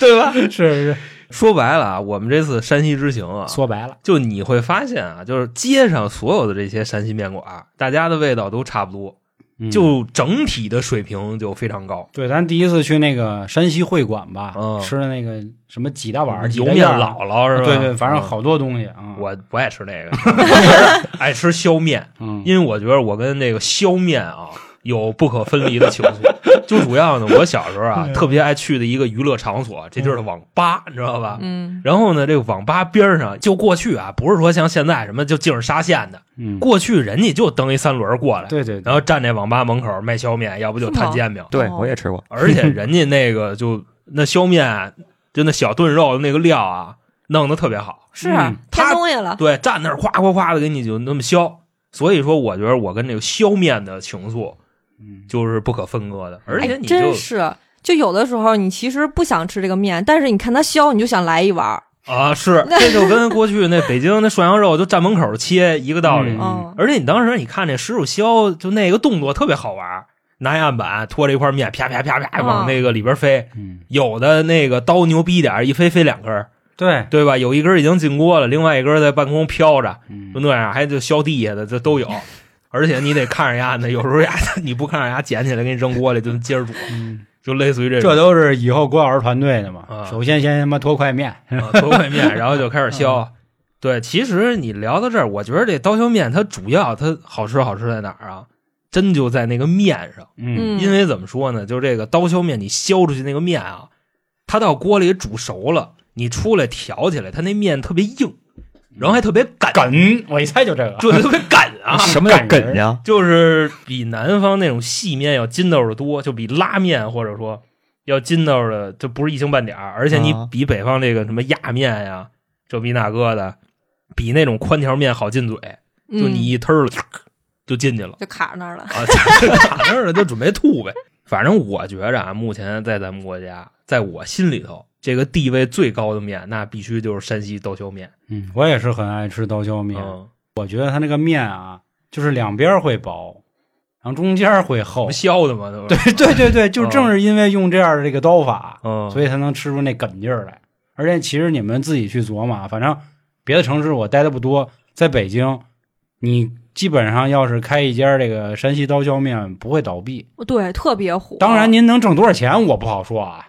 Speaker 3: 对吧？
Speaker 2: 是是是，
Speaker 3: 说白了啊，我们这次山西之行啊，
Speaker 2: 说白了，
Speaker 3: 就你会发现啊，就是街上所有的这些山西面馆，大家的味道都差不多，
Speaker 2: 嗯
Speaker 3: 就整体的水平就非常高。
Speaker 2: 对，咱第一次去那个山西会馆吧，
Speaker 3: 嗯
Speaker 2: 吃的那个什么几大碗儿
Speaker 3: 油
Speaker 2: 几大
Speaker 3: 面
Speaker 2: 样儿啊
Speaker 3: 姥姥是吧？
Speaker 2: 对对，反正
Speaker 3: 嗯
Speaker 2: 好多东西啊。
Speaker 3: 我不爱吃那
Speaker 2: (laughs)
Speaker 3: 个，我是爱吃削面，
Speaker 2: 嗯，
Speaker 3: 因为我觉得我跟那个削面啊有不可分离的
Speaker 2: (laughs)
Speaker 3: 情愫。就主要呢，我小时候啊
Speaker 2: 嗯
Speaker 3: 特别爱去的一个娱乐场所，这就是网吧，你知道吧？
Speaker 4: 嗯，
Speaker 3: 然后呢，这个网吧边上就过去啊，不是说像现在什么就净是沙县的，
Speaker 2: 嗯，
Speaker 3: 过去人家就蹬一三轮过来，
Speaker 2: 对对对
Speaker 3: 然后站在网吧门口卖削面，要不就摊煎饼，
Speaker 5: 对
Speaker 4: 哦
Speaker 5: 我也吃过，
Speaker 3: 而且人家那个就那削面，啊就那小炖肉那个料啊，弄得特别好。
Speaker 4: 是
Speaker 2: 嗯
Speaker 4: 添
Speaker 3: 他
Speaker 4: 东西了，
Speaker 3: 对，站那儿夸夸夸的给你就那么削。所以说，我觉得我跟这个削面的情愫
Speaker 2: 嗯
Speaker 3: 就是不可分割的，而
Speaker 4: 哎
Speaker 3: 且，你就
Speaker 4: 真是。就有的时候，你其实不想吃这个面，但是你看它削，你就想来一碗儿。
Speaker 3: 啊，是
Speaker 4: (laughs)
Speaker 3: 这就跟过去那北京那涮羊肉就站门口切一个道理。
Speaker 2: 嗯
Speaker 4: 嗯，
Speaker 3: 而且你当时你看那师傅削，就那个动作特别好玩，拿案板拖着一块面，啪啪啪啪
Speaker 4: 啊
Speaker 3: 往那个里边飞。
Speaker 2: 嗯，
Speaker 3: 有的那个刀牛逼点儿，一飞飞两根儿，
Speaker 2: 对，
Speaker 3: 对吧？有一根儿已经进锅了，另外一根儿在半空飘着，就
Speaker 2: 嗯
Speaker 3: 那样，还就削地下的，这都有。而且你得看着丫呢，有时候丫你不看着丫捡起来给你扔锅里，就接着煮，
Speaker 2: 嗯，
Speaker 3: 就类似于这
Speaker 2: 这
Speaker 3: 种
Speaker 2: 都是以后郭老师团队的
Speaker 3: 啊
Speaker 2: 嘛。首先先他妈拖块面，
Speaker 3: 啊头块面，然后就开始削。对，其实你聊到这儿，我觉得这刀削面它主要它好吃好吃在哪儿啊？真就在那个面上，
Speaker 4: 嗯，
Speaker 3: 因为怎么说呢，就这个刀削面你削出去那个面啊，它到锅里煮熟了，你出来挑起来，它那面特别硬，然后还特别梗，
Speaker 2: 梗，我一猜就这个。
Speaker 3: 对，特别梗
Speaker 2: (laughs)
Speaker 3: 啊，
Speaker 5: 什么叫
Speaker 2: 梗
Speaker 5: 梗呀？
Speaker 3: 就是比南方那种细面要筋道的多，就比拉面或者说要筋道的，就不是一星半点儿。而且你
Speaker 5: 啊
Speaker 3: 比北方这个什么压面呀、这逼那个的，比那种宽条面好进嘴，就
Speaker 4: 嗯
Speaker 3: 你一吞儿了、就进去了
Speaker 4: 就卡那儿了。
Speaker 3: 啊， (laughs) 就卡那儿了就准备吐呗。反正我觉着啊，目前在咱们国家，在我心里头，这个地位最高的面，那必须就是山西刀削面。
Speaker 2: 嗯，我也是很爱吃刀削面，
Speaker 3: 嗯，
Speaker 2: 我觉得它那个面啊，就是两边儿会薄，然后中间儿会厚 (laughs)
Speaker 3: 不。削的嘛，对吧？
Speaker 2: 对对对对，就正是因为用这样的这个刀法，
Speaker 3: 嗯，
Speaker 2: 所以才能吃出那梗劲儿来。而且其实你们自己去琢磨，啊，反正别的城市我待的不多，在北京，你基本上要是开一家这个山西刀削面不会倒闭。
Speaker 4: 哦对，特别火。
Speaker 2: 当
Speaker 3: 哦
Speaker 2: 然，您能挣多少钱我不好说啊，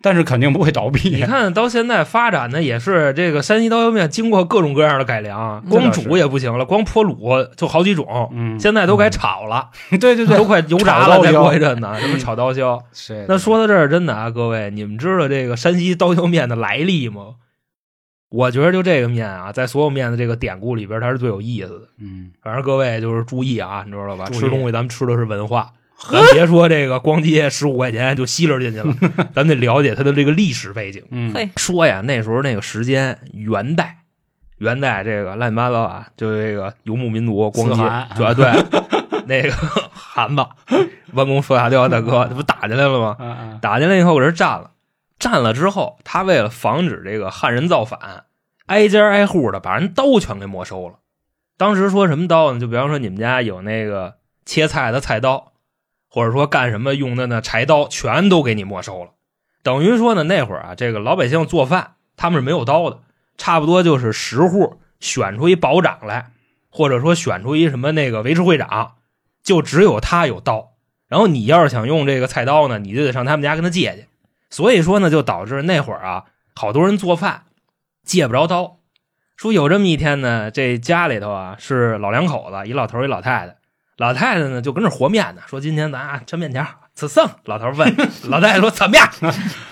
Speaker 2: 但是肯定不会倒闭。
Speaker 3: (laughs) 你，看到现在发展的也是这个山西刀削面，经过各种各样的改良，
Speaker 4: 嗯
Speaker 3: 光
Speaker 2: 这倒
Speaker 3: 煮
Speaker 2: 是
Speaker 3: 也不行了，光泼卤就好几种，
Speaker 2: 嗯，
Speaker 3: 现在都改炒了，
Speaker 2: (laughs) 对对
Speaker 3: 都
Speaker 2: 对，
Speaker 3: 快油炸
Speaker 2: 炒刀
Speaker 3: 了，再
Speaker 2: 削嗯
Speaker 3: 过一阵呢，什么炒刀削。
Speaker 2: 是
Speaker 3: 那说到这儿，真的啊，各位，你们知道这个山西刀削面的来历吗？我觉得就这个面啊，在所有面的这个典故里边，它是最有意思的。
Speaker 2: 嗯，
Speaker 3: 反正各位就是注意啊，你知道吧？
Speaker 2: 注意
Speaker 3: 吃东西咱们吃的是文化，咱别说这个光街十五块钱就吸溜进
Speaker 2: (laughs)
Speaker 3: 去了，咱们得了解它的这个历史背景。
Speaker 2: 嗯，
Speaker 4: 嘿
Speaker 3: 说呀，那时候那个时间，元代，元代这个乱七八糟啊，就这个游牧民族光
Speaker 2: 四
Speaker 3: 街
Speaker 2: 海，
Speaker 3: 主要对那个 (laughs) 韩子，弯弓射大雕，大哥，这不打进来了吗？
Speaker 2: 啊啊
Speaker 3: 打进来以后，我这站了，站了之后，他为了防止这个汉人造反，挨家挨户的把人刀全给没收了。当时说什么刀呢？就比方说你们家有那个切菜的菜刀，或者说干什么用的呢柴刀，全都给你没收了。等于说呢，那会儿啊，这个老百姓做饭他们是没有刀的，差不多就是十户选出一保长来，或者说选出一什么那个维持会长，就只有他有刀。然后你要是想用这个菜刀呢，你就得上他们家跟他借去。所以说呢，就导致那会儿啊，好多人做饭借不着刀。说有这么一天呢，这家里头啊是老两口子，一老头儿一老太太。老太太呢就跟那儿和面呢，说今天咱啊抻面条，吃剩。老头儿问老太太说怎么样，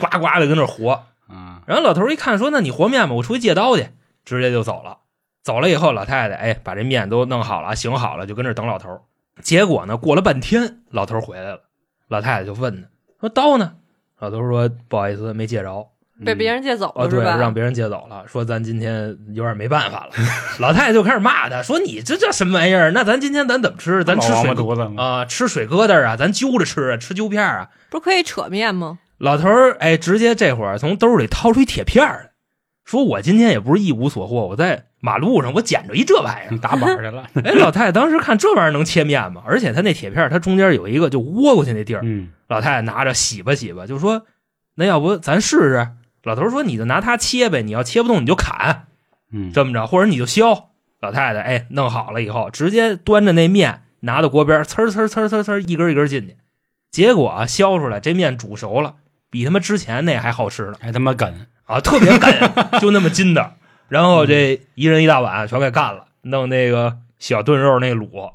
Speaker 3: 呱呱的跟那儿和。
Speaker 2: 啊！
Speaker 3: 然后老头儿一看说那你和面吧，我出去借刀去，直接就走了。走了以后，老太太哎把这面都弄好了，醒好了，就跟这儿等老头儿。结果呢，过了半天，老头儿回来了，老太太就问他说刀呢？老头儿说不好意思，没借着。
Speaker 4: 被
Speaker 2: 嗯
Speaker 4: 别人借走
Speaker 3: 哦，
Speaker 4: 了
Speaker 3: 对，
Speaker 4: 是吧？
Speaker 3: 让别人借走了，说咱今天有点没办法了。 (laughs) 老太太就开始骂他，说你这叫什么玩意儿？那咱今天咱怎么吃？咱吃
Speaker 2: 老王
Speaker 3: 水
Speaker 2: 八
Speaker 3: 疙
Speaker 2: 犊子嘛
Speaker 3: 啊、吃水疙瘩啊，咱揪着吃啊，吃揪片儿啊。
Speaker 4: 不是可以扯面吗？
Speaker 3: 老头儿哎，直接这会儿从兜里掏出一铁片儿来，说我今天也不是一无所获，我在马路上我捡着一这玩意儿。
Speaker 2: 打板儿去了， (laughs)
Speaker 3: 哎，老太太当时看这玩意儿能切面吗？而且他那铁片儿，它中间有一个就窝过去那地儿，
Speaker 2: 嗯，
Speaker 3: 老太太拿着洗吧洗吧，就说：“那要不咱试试？”老头儿说：“你就拿它切呗，你要切不动你就砍，
Speaker 2: 嗯，
Speaker 3: 这么着，或者你就削。”老太太哎，弄好了以后，直接端着那面拿到锅边儿，呲儿呲儿呲儿呲儿呲儿，一根儿一根儿进去。结果啊，削出来这面煮熟了，比他妈之前那还好吃呢
Speaker 2: 还他妈梗，
Speaker 3: 啊，特别干， (laughs) 就那么筋道。然后这一人一大碗全给干了，弄那个小炖肉那卤。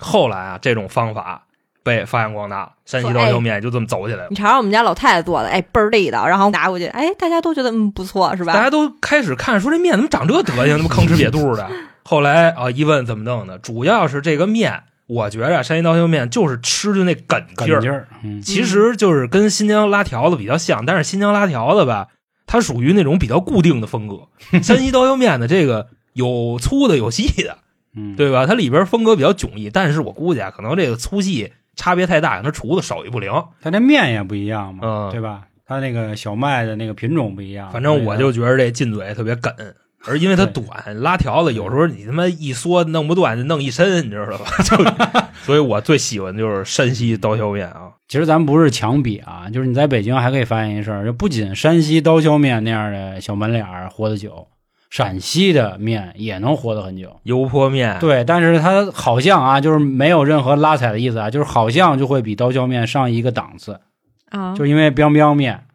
Speaker 3: 后来啊，这种方法被发扬光大了，山西刀削面就这么走起来了。
Speaker 4: 你尝尝我们家老太太做的，哎，倍儿地道，然后拿过去，哎，大家都觉得嗯不错，是
Speaker 3: 大
Speaker 4: 吧？
Speaker 3: 家都开始看说这面怎么长这德行，他妈吭哧瘪肚的。后来啊，一问怎么弄的，主要是这个面，我觉着啊山西刀削面就是吃的那梗
Speaker 2: 梗
Speaker 3: 劲儿，
Speaker 2: 劲儿，嗯
Speaker 3: 其实就是跟新疆拉条子比较像，但是新疆拉条子吧，它属于那种比较固定的风格。山西刀削面的这个有粗的有细的，
Speaker 2: 嗯，
Speaker 3: 对吧？它里边风格比较迥异，但是我估计啊，可能这个粗细差别太大，可能厨子手艺不灵。
Speaker 2: 它那面也不一样嘛，
Speaker 3: 嗯
Speaker 2: 对吧？它那个小麦的那个品种不一样，
Speaker 3: 反正我就觉得这进嘴特别梗，而因为它短，拉条子有时候你他妈一缩弄不断，就弄一身，你知道吧？ (laughs) 就所以我最喜欢就是山西刀削面啊，
Speaker 2: 其实咱不是强比啊，就是你在北京还可以发现一事儿，就不仅山西刀削面那样的小门脸儿活得久，陕西的面也能活得很久。
Speaker 3: 油泼面。
Speaker 2: 对，但是它好像啊，就是没有任何拉踩的意思啊，就是好像就会比刀削面上一个档次，
Speaker 4: 啊，
Speaker 2: 就因为 biang biang 面，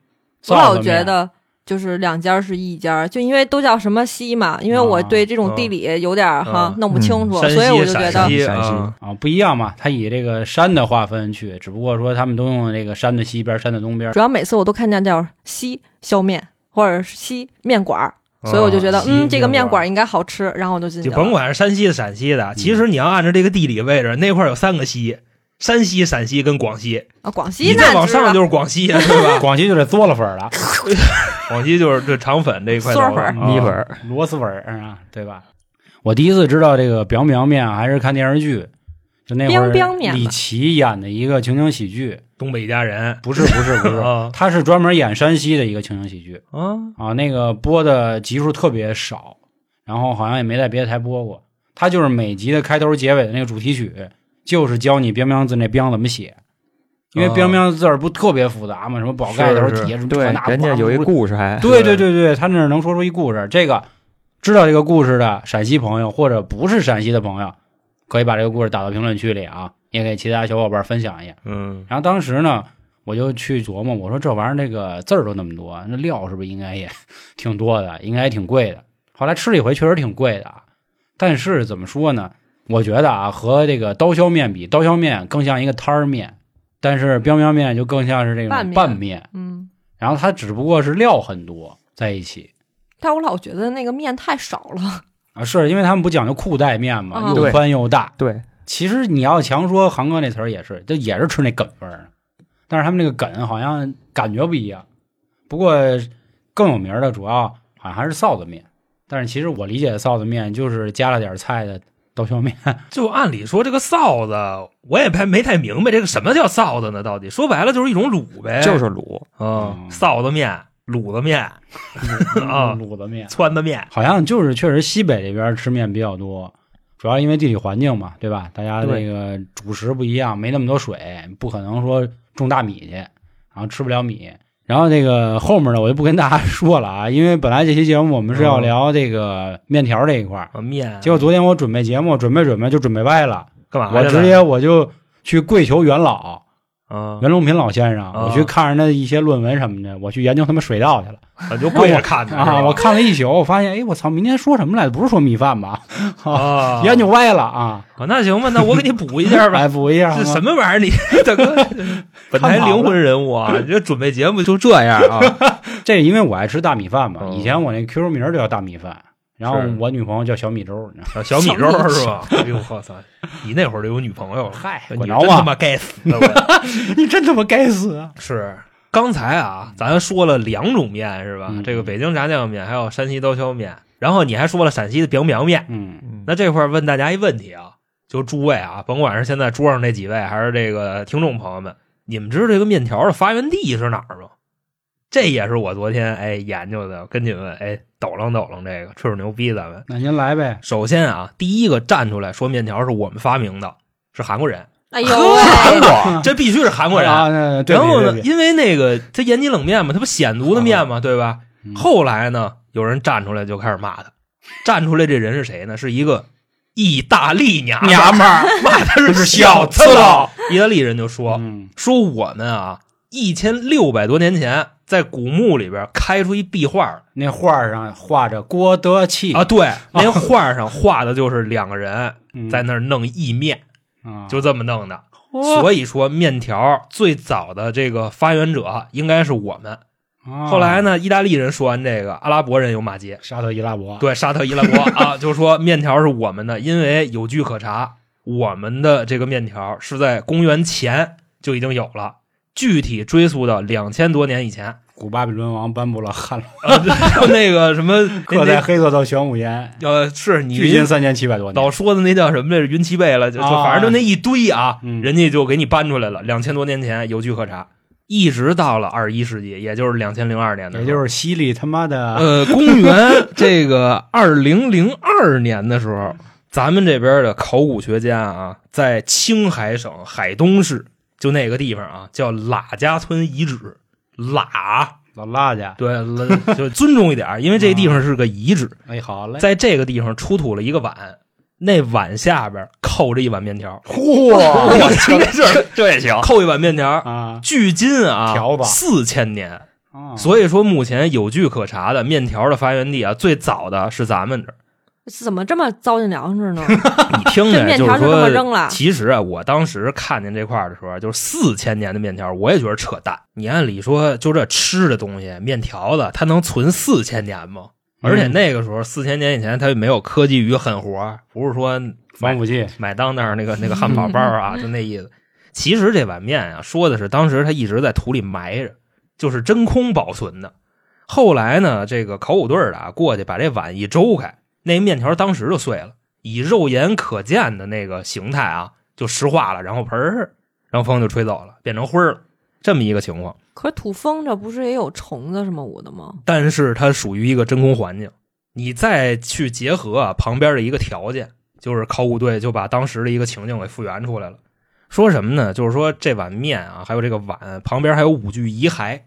Speaker 4: 我
Speaker 2: 臊
Speaker 4: 老
Speaker 2: 子
Speaker 4: 觉
Speaker 2: 面
Speaker 4: 得就是两家是一家，就因为都叫什么西嘛，因为我对这种地理有点儿
Speaker 3: 啊
Speaker 4: 哈弄不清楚，
Speaker 3: 嗯
Speaker 4: 所以我就
Speaker 3: 山西
Speaker 4: 觉
Speaker 3: 陕
Speaker 4: 得
Speaker 3: 西
Speaker 2: 陕西
Speaker 3: 啊
Speaker 2: 啊不一样嘛，它以这个山的划分去，只不过说他们都用这个山的西边、山的东边
Speaker 4: 主，要每次我都看见叫西削面或者是西面馆儿，所以我就觉得
Speaker 3: 啊
Speaker 4: 嗯，这个
Speaker 3: 面
Speaker 4: 面馆
Speaker 3: 馆
Speaker 4: 儿应该好吃，然后我就进去
Speaker 3: 就
Speaker 4: 了。
Speaker 3: 甭管是山西的、陕西的，其实你要按照这个地理位置，那块儿有三个西：山西、陕西跟广西。
Speaker 4: 啊，广西
Speaker 3: 你
Speaker 4: 那
Speaker 3: 再往上就是广西，
Speaker 4: (laughs)
Speaker 3: 对吧？
Speaker 2: 广西就得嘬了粉儿了，
Speaker 3: 广西就是这肠粉这一块头啊
Speaker 4: 嗦粉儿
Speaker 2: 米粉儿、螺蛳粉儿啊，对吧？我第一次知道这个 biang biang 面啊还是看电视剧，就那会
Speaker 4: biang biang
Speaker 2: 儿
Speaker 4: 面
Speaker 2: 李
Speaker 4: 嘛
Speaker 2: 琦演的一个情景喜剧，
Speaker 3: 东北一家人
Speaker 2: 不是不是不 (laughs) 是，
Speaker 3: 啊
Speaker 2: 他是专门演山西的一个情景喜剧
Speaker 3: 啊！
Speaker 2: 啊，那个播的集数特别少，然后好像也没在别的台播过。他就是每集的开头结尾的那个主题曲，就是教你 biang biang 字那 biang 怎么写。因为
Speaker 5: 啊
Speaker 2: biang biang 字儿不特别复杂嘛，什么宝盖头、
Speaker 3: 是是
Speaker 2: 铁柱、
Speaker 5: 对
Speaker 2: 这那，
Speaker 5: 人家
Speaker 2: 叭
Speaker 5: 有一
Speaker 2: 咕
Speaker 5: 故事还，
Speaker 2: 对对对对，他那儿能说出一故事。这个知道这个故事的陕西朋友，或者不是陕西的朋友，可以把这个故事打到评论区里啊，也给其他小伙伴分享一下。
Speaker 3: 嗯，
Speaker 2: 然后当时呢，我就去琢磨，我说这玩意儿这个字儿都那么多，那料是不是应该也挺多的， (laughs) 应该也挺贵的。后来吃了一回，确实挺贵的啊。但是怎么说呢？我觉得啊，和这个刀削面比，刀削面更像一个摊儿面，但是 biang biang 面就更像是这种
Speaker 4: 拌面
Speaker 2: 拌面。
Speaker 4: 嗯，
Speaker 2: 然后它只不过是料很多在一起
Speaker 4: 但我老觉得那个面太少了，
Speaker 2: 啊，是因为他们不讲究裤带面嘛，
Speaker 4: 嗯
Speaker 2: 又
Speaker 5: 对
Speaker 2: 宽又大。
Speaker 5: 对，
Speaker 2: 其实你要强说韩哥那词儿也是，就也是吃那梗味儿，但是他们那个梗好像感觉不一样。不过更有名儿的主要好像还是臊子面，但是其实我理解的臊子面就是加了点儿菜的刀削面，
Speaker 3: 就按理说这个臊子，我也没没太明白这个什么叫臊子呢？到底说白了就是一种卤呗，
Speaker 5: 就是卤，
Speaker 3: 嗯，臊子面、卤子面、啊
Speaker 2: 卤子面，
Speaker 3: 撺子面，
Speaker 2: 好像就是确实西北这边吃面比较多，主要因为地理环境嘛，对吧？大家
Speaker 3: 对
Speaker 2: 这个主食不一样，没那么多水，不可能说种大米去，然后吃不了米。然后这个后面呢，我就不跟大家说了啊，因为本来这期节目我们是要
Speaker 3: 嗯
Speaker 2: 聊这个面条这一块儿，
Speaker 3: 啊面，
Speaker 2: 结果昨天我准备节目，准备准备就准备歪了，
Speaker 3: 干嘛
Speaker 2: 我
Speaker 3: 去了
Speaker 2: 直接我就去跪求元老，
Speaker 3: 啊，
Speaker 2: 袁隆平老先生，
Speaker 3: 啊
Speaker 2: 我去看人家一些论文什么的，我去研究他们水稻去了
Speaker 3: 我就跪着看的 (laughs)
Speaker 2: 啊！我看了一宿，我发现，哎，我操，明天说什么来着？不是说米饭吧？
Speaker 3: 啊，
Speaker 2: 研究歪了啊！
Speaker 3: 啊那行吧，那我给你补一 (laughs) 下吧。
Speaker 2: 来补一啊下，
Speaker 3: 这什么玩意儿？你大哥，哎 (laughs) 本台灵魂人物 (laughs) 啊！你这准备节目就这样啊？
Speaker 2: 这因为我爱吃大米饭嘛，
Speaker 3: 嗯
Speaker 2: 以前我那 QQ 名儿就叫大米饭，然后
Speaker 3: 是
Speaker 2: 我女朋友叫小米粥，你知道吗？
Speaker 3: 啊小小米粥是吧？哎呦我操！你那会儿就有女朋友了，
Speaker 2: 嗨，
Speaker 3: 你
Speaker 2: 管
Speaker 3: 真
Speaker 2: 着
Speaker 3: 他
Speaker 2: 吗？
Speaker 3: 妈该死！我
Speaker 2: 你真他妈该死啊！
Speaker 3: 是刚才啊，咱说了两种面是吧？
Speaker 2: 嗯
Speaker 3: 这个北京炸酱面，还有山西刀削面，然后你还说了陕西的 biang biang 面。
Speaker 2: 嗯，
Speaker 5: 嗯
Speaker 3: 那这块儿问大家一问题啊，就诸位啊，甭管是现在桌上这几位，还是这个听众朋友们，你们知道这个面条的发源地是哪儿吗？这也是我昨天哎研究的，跟你们哎抖楞抖楞这个，吹吹牛逼咱们。
Speaker 2: 那您来呗。
Speaker 3: 首先啊，第一个站出来说面条是我们发明的，是韩国人，
Speaker 4: 哎呦
Speaker 2: (laughs)
Speaker 4: 喂，
Speaker 2: 国
Speaker 3: 这必须是韩国人。
Speaker 2: 啊，那对
Speaker 3: 然后
Speaker 2: 对
Speaker 3: 呢，
Speaker 2: 对对
Speaker 3: 因为那个他延吉冷面嘛，他不鲜族的面嘛，对吧？
Speaker 2: 嗯
Speaker 3: 后来呢，有人站出来就开始骂他，站出来这人是谁呢？是一个意大利娘们儿
Speaker 2: 娘们 (laughs) 儿，
Speaker 3: (laughs) 骂他是小次郎。意大利人就说
Speaker 2: 嗯
Speaker 3: 说我们啊，一千六百多年前在古墓里边开出一壁画来
Speaker 2: 那画儿上画着郭德纲
Speaker 3: 啊， (laughs) 对，嗯那画上画的就是两个人
Speaker 2: 嗯
Speaker 3: 在那儿弄意面，
Speaker 2: 那
Speaker 3: 就这么弄的。所以说，面条最早的这个发源者应该是我们。
Speaker 2: 啊
Speaker 3: 后来呢，意大利人说完这个，阿拉伯人有骂街，
Speaker 2: 沙特伊拉伯，
Speaker 3: 对，沙特伊拉
Speaker 2: (laughs)
Speaker 3: 伯啊，就说面条是我们的，因为有据可查，我们的这个面条是在公元前就已经有了，具体追溯到两千多年以前。
Speaker 2: 古巴比伦王颁布了汉罗， (laughs)
Speaker 3: 呃，那个什么，
Speaker 2: 刻在
Speaker 3: 那
Speaker 2: 黑色到玄武岩，
Speaker 3: 那呃，是你
Speaker 2: 距今三千七百多
Speaker 3: 老
Speaker 2: 年。
Speaker 3: 说的那叫什么来着？云齐贝了，就就
Speaker 2: 啊
Speaker 3: 反正就那一堆啊，
Speaker 2: 嗯
Speaker 3: 人家就给你搬出来了。两千多年前有据可查，一直到了二十一世纪，也就是两千零二年的时候，
Speaker 2: 也就是犀利他妈 (laughs) 的，
Speaker 3: 呃，公元这个二零零二年的时候，咱们这边的考古学家啊，在青海省海东市，就那个地方啊，叫喇家村遗址。喇，
Speaker 2: 老拉家。
Speaker 3: 对，喇就尊重一点儿，因为这个地方是个遗址，
Speaker 2: 哎，好嘞，
Speaker 3: 在这个地方出土了一个碗，那碗下边扣着一碗面条，
Speaker 2: 嚯
Speaker 3: 我听这事儿
Speaker 5: 这也行
Speaker 3: (laughs) 扣一碗面条，
Speaker 2: 啊！
Speaker 3: 距今啊
Speaker 2: 条子
Speaker 3: 四千年，
Speaker 2: 啊
Speaker 3: 哦所以说，目前有据可查的面条的发源地啊，最早的是咱们这儿。
Speaker 4: 怎么这么糟践粮食呢？
Speaker 3: 你听
Speaker 4: 这
Speaker 3: 着，
Speaker 4: 面
Speaker 3: 就
Speaker 4: 条
Speaker 3: 是
Speaker 4: 就这么扔
Speaker 3: 说，
Speaker 4: 了，
Speaker 3: 其实啊，我当时看见这块儿的时候，就是四千年的面条，我也觉得扯淡。你按理说，就这吃的东西，面条子，它能存四千年吗？而
Speaker 2: 嗯
Speaker 3: 且那个时候，四千年以前，它也没有科技与狠活，不是说
Speaker 2: 防腐剂，
Speaker 3: 买当当那个那个汉堡包啊，就那意思。其实这碗面啊，说的是当时它一直在土里埋着，就是真空保存的。后来呢，这个考古队儿的啊过去把这碗一周开，那面条当时就碎了，以肉眼可见的那个形态啊，就石化了，然后盆儿，然后风就吹走了，变成灰儿了，这么一个情况。
Speaker 4: 可是土风这不是也有虫子什么舞的吗？
Speaker 3: 但是它属于一个真空环境，你再去结合啊旁边的一个条件，就是考古队就把当时的一个情境给复原出来了。说什么呢？就是说这碗面啊，还有这个碗旁边还有五具遗骸。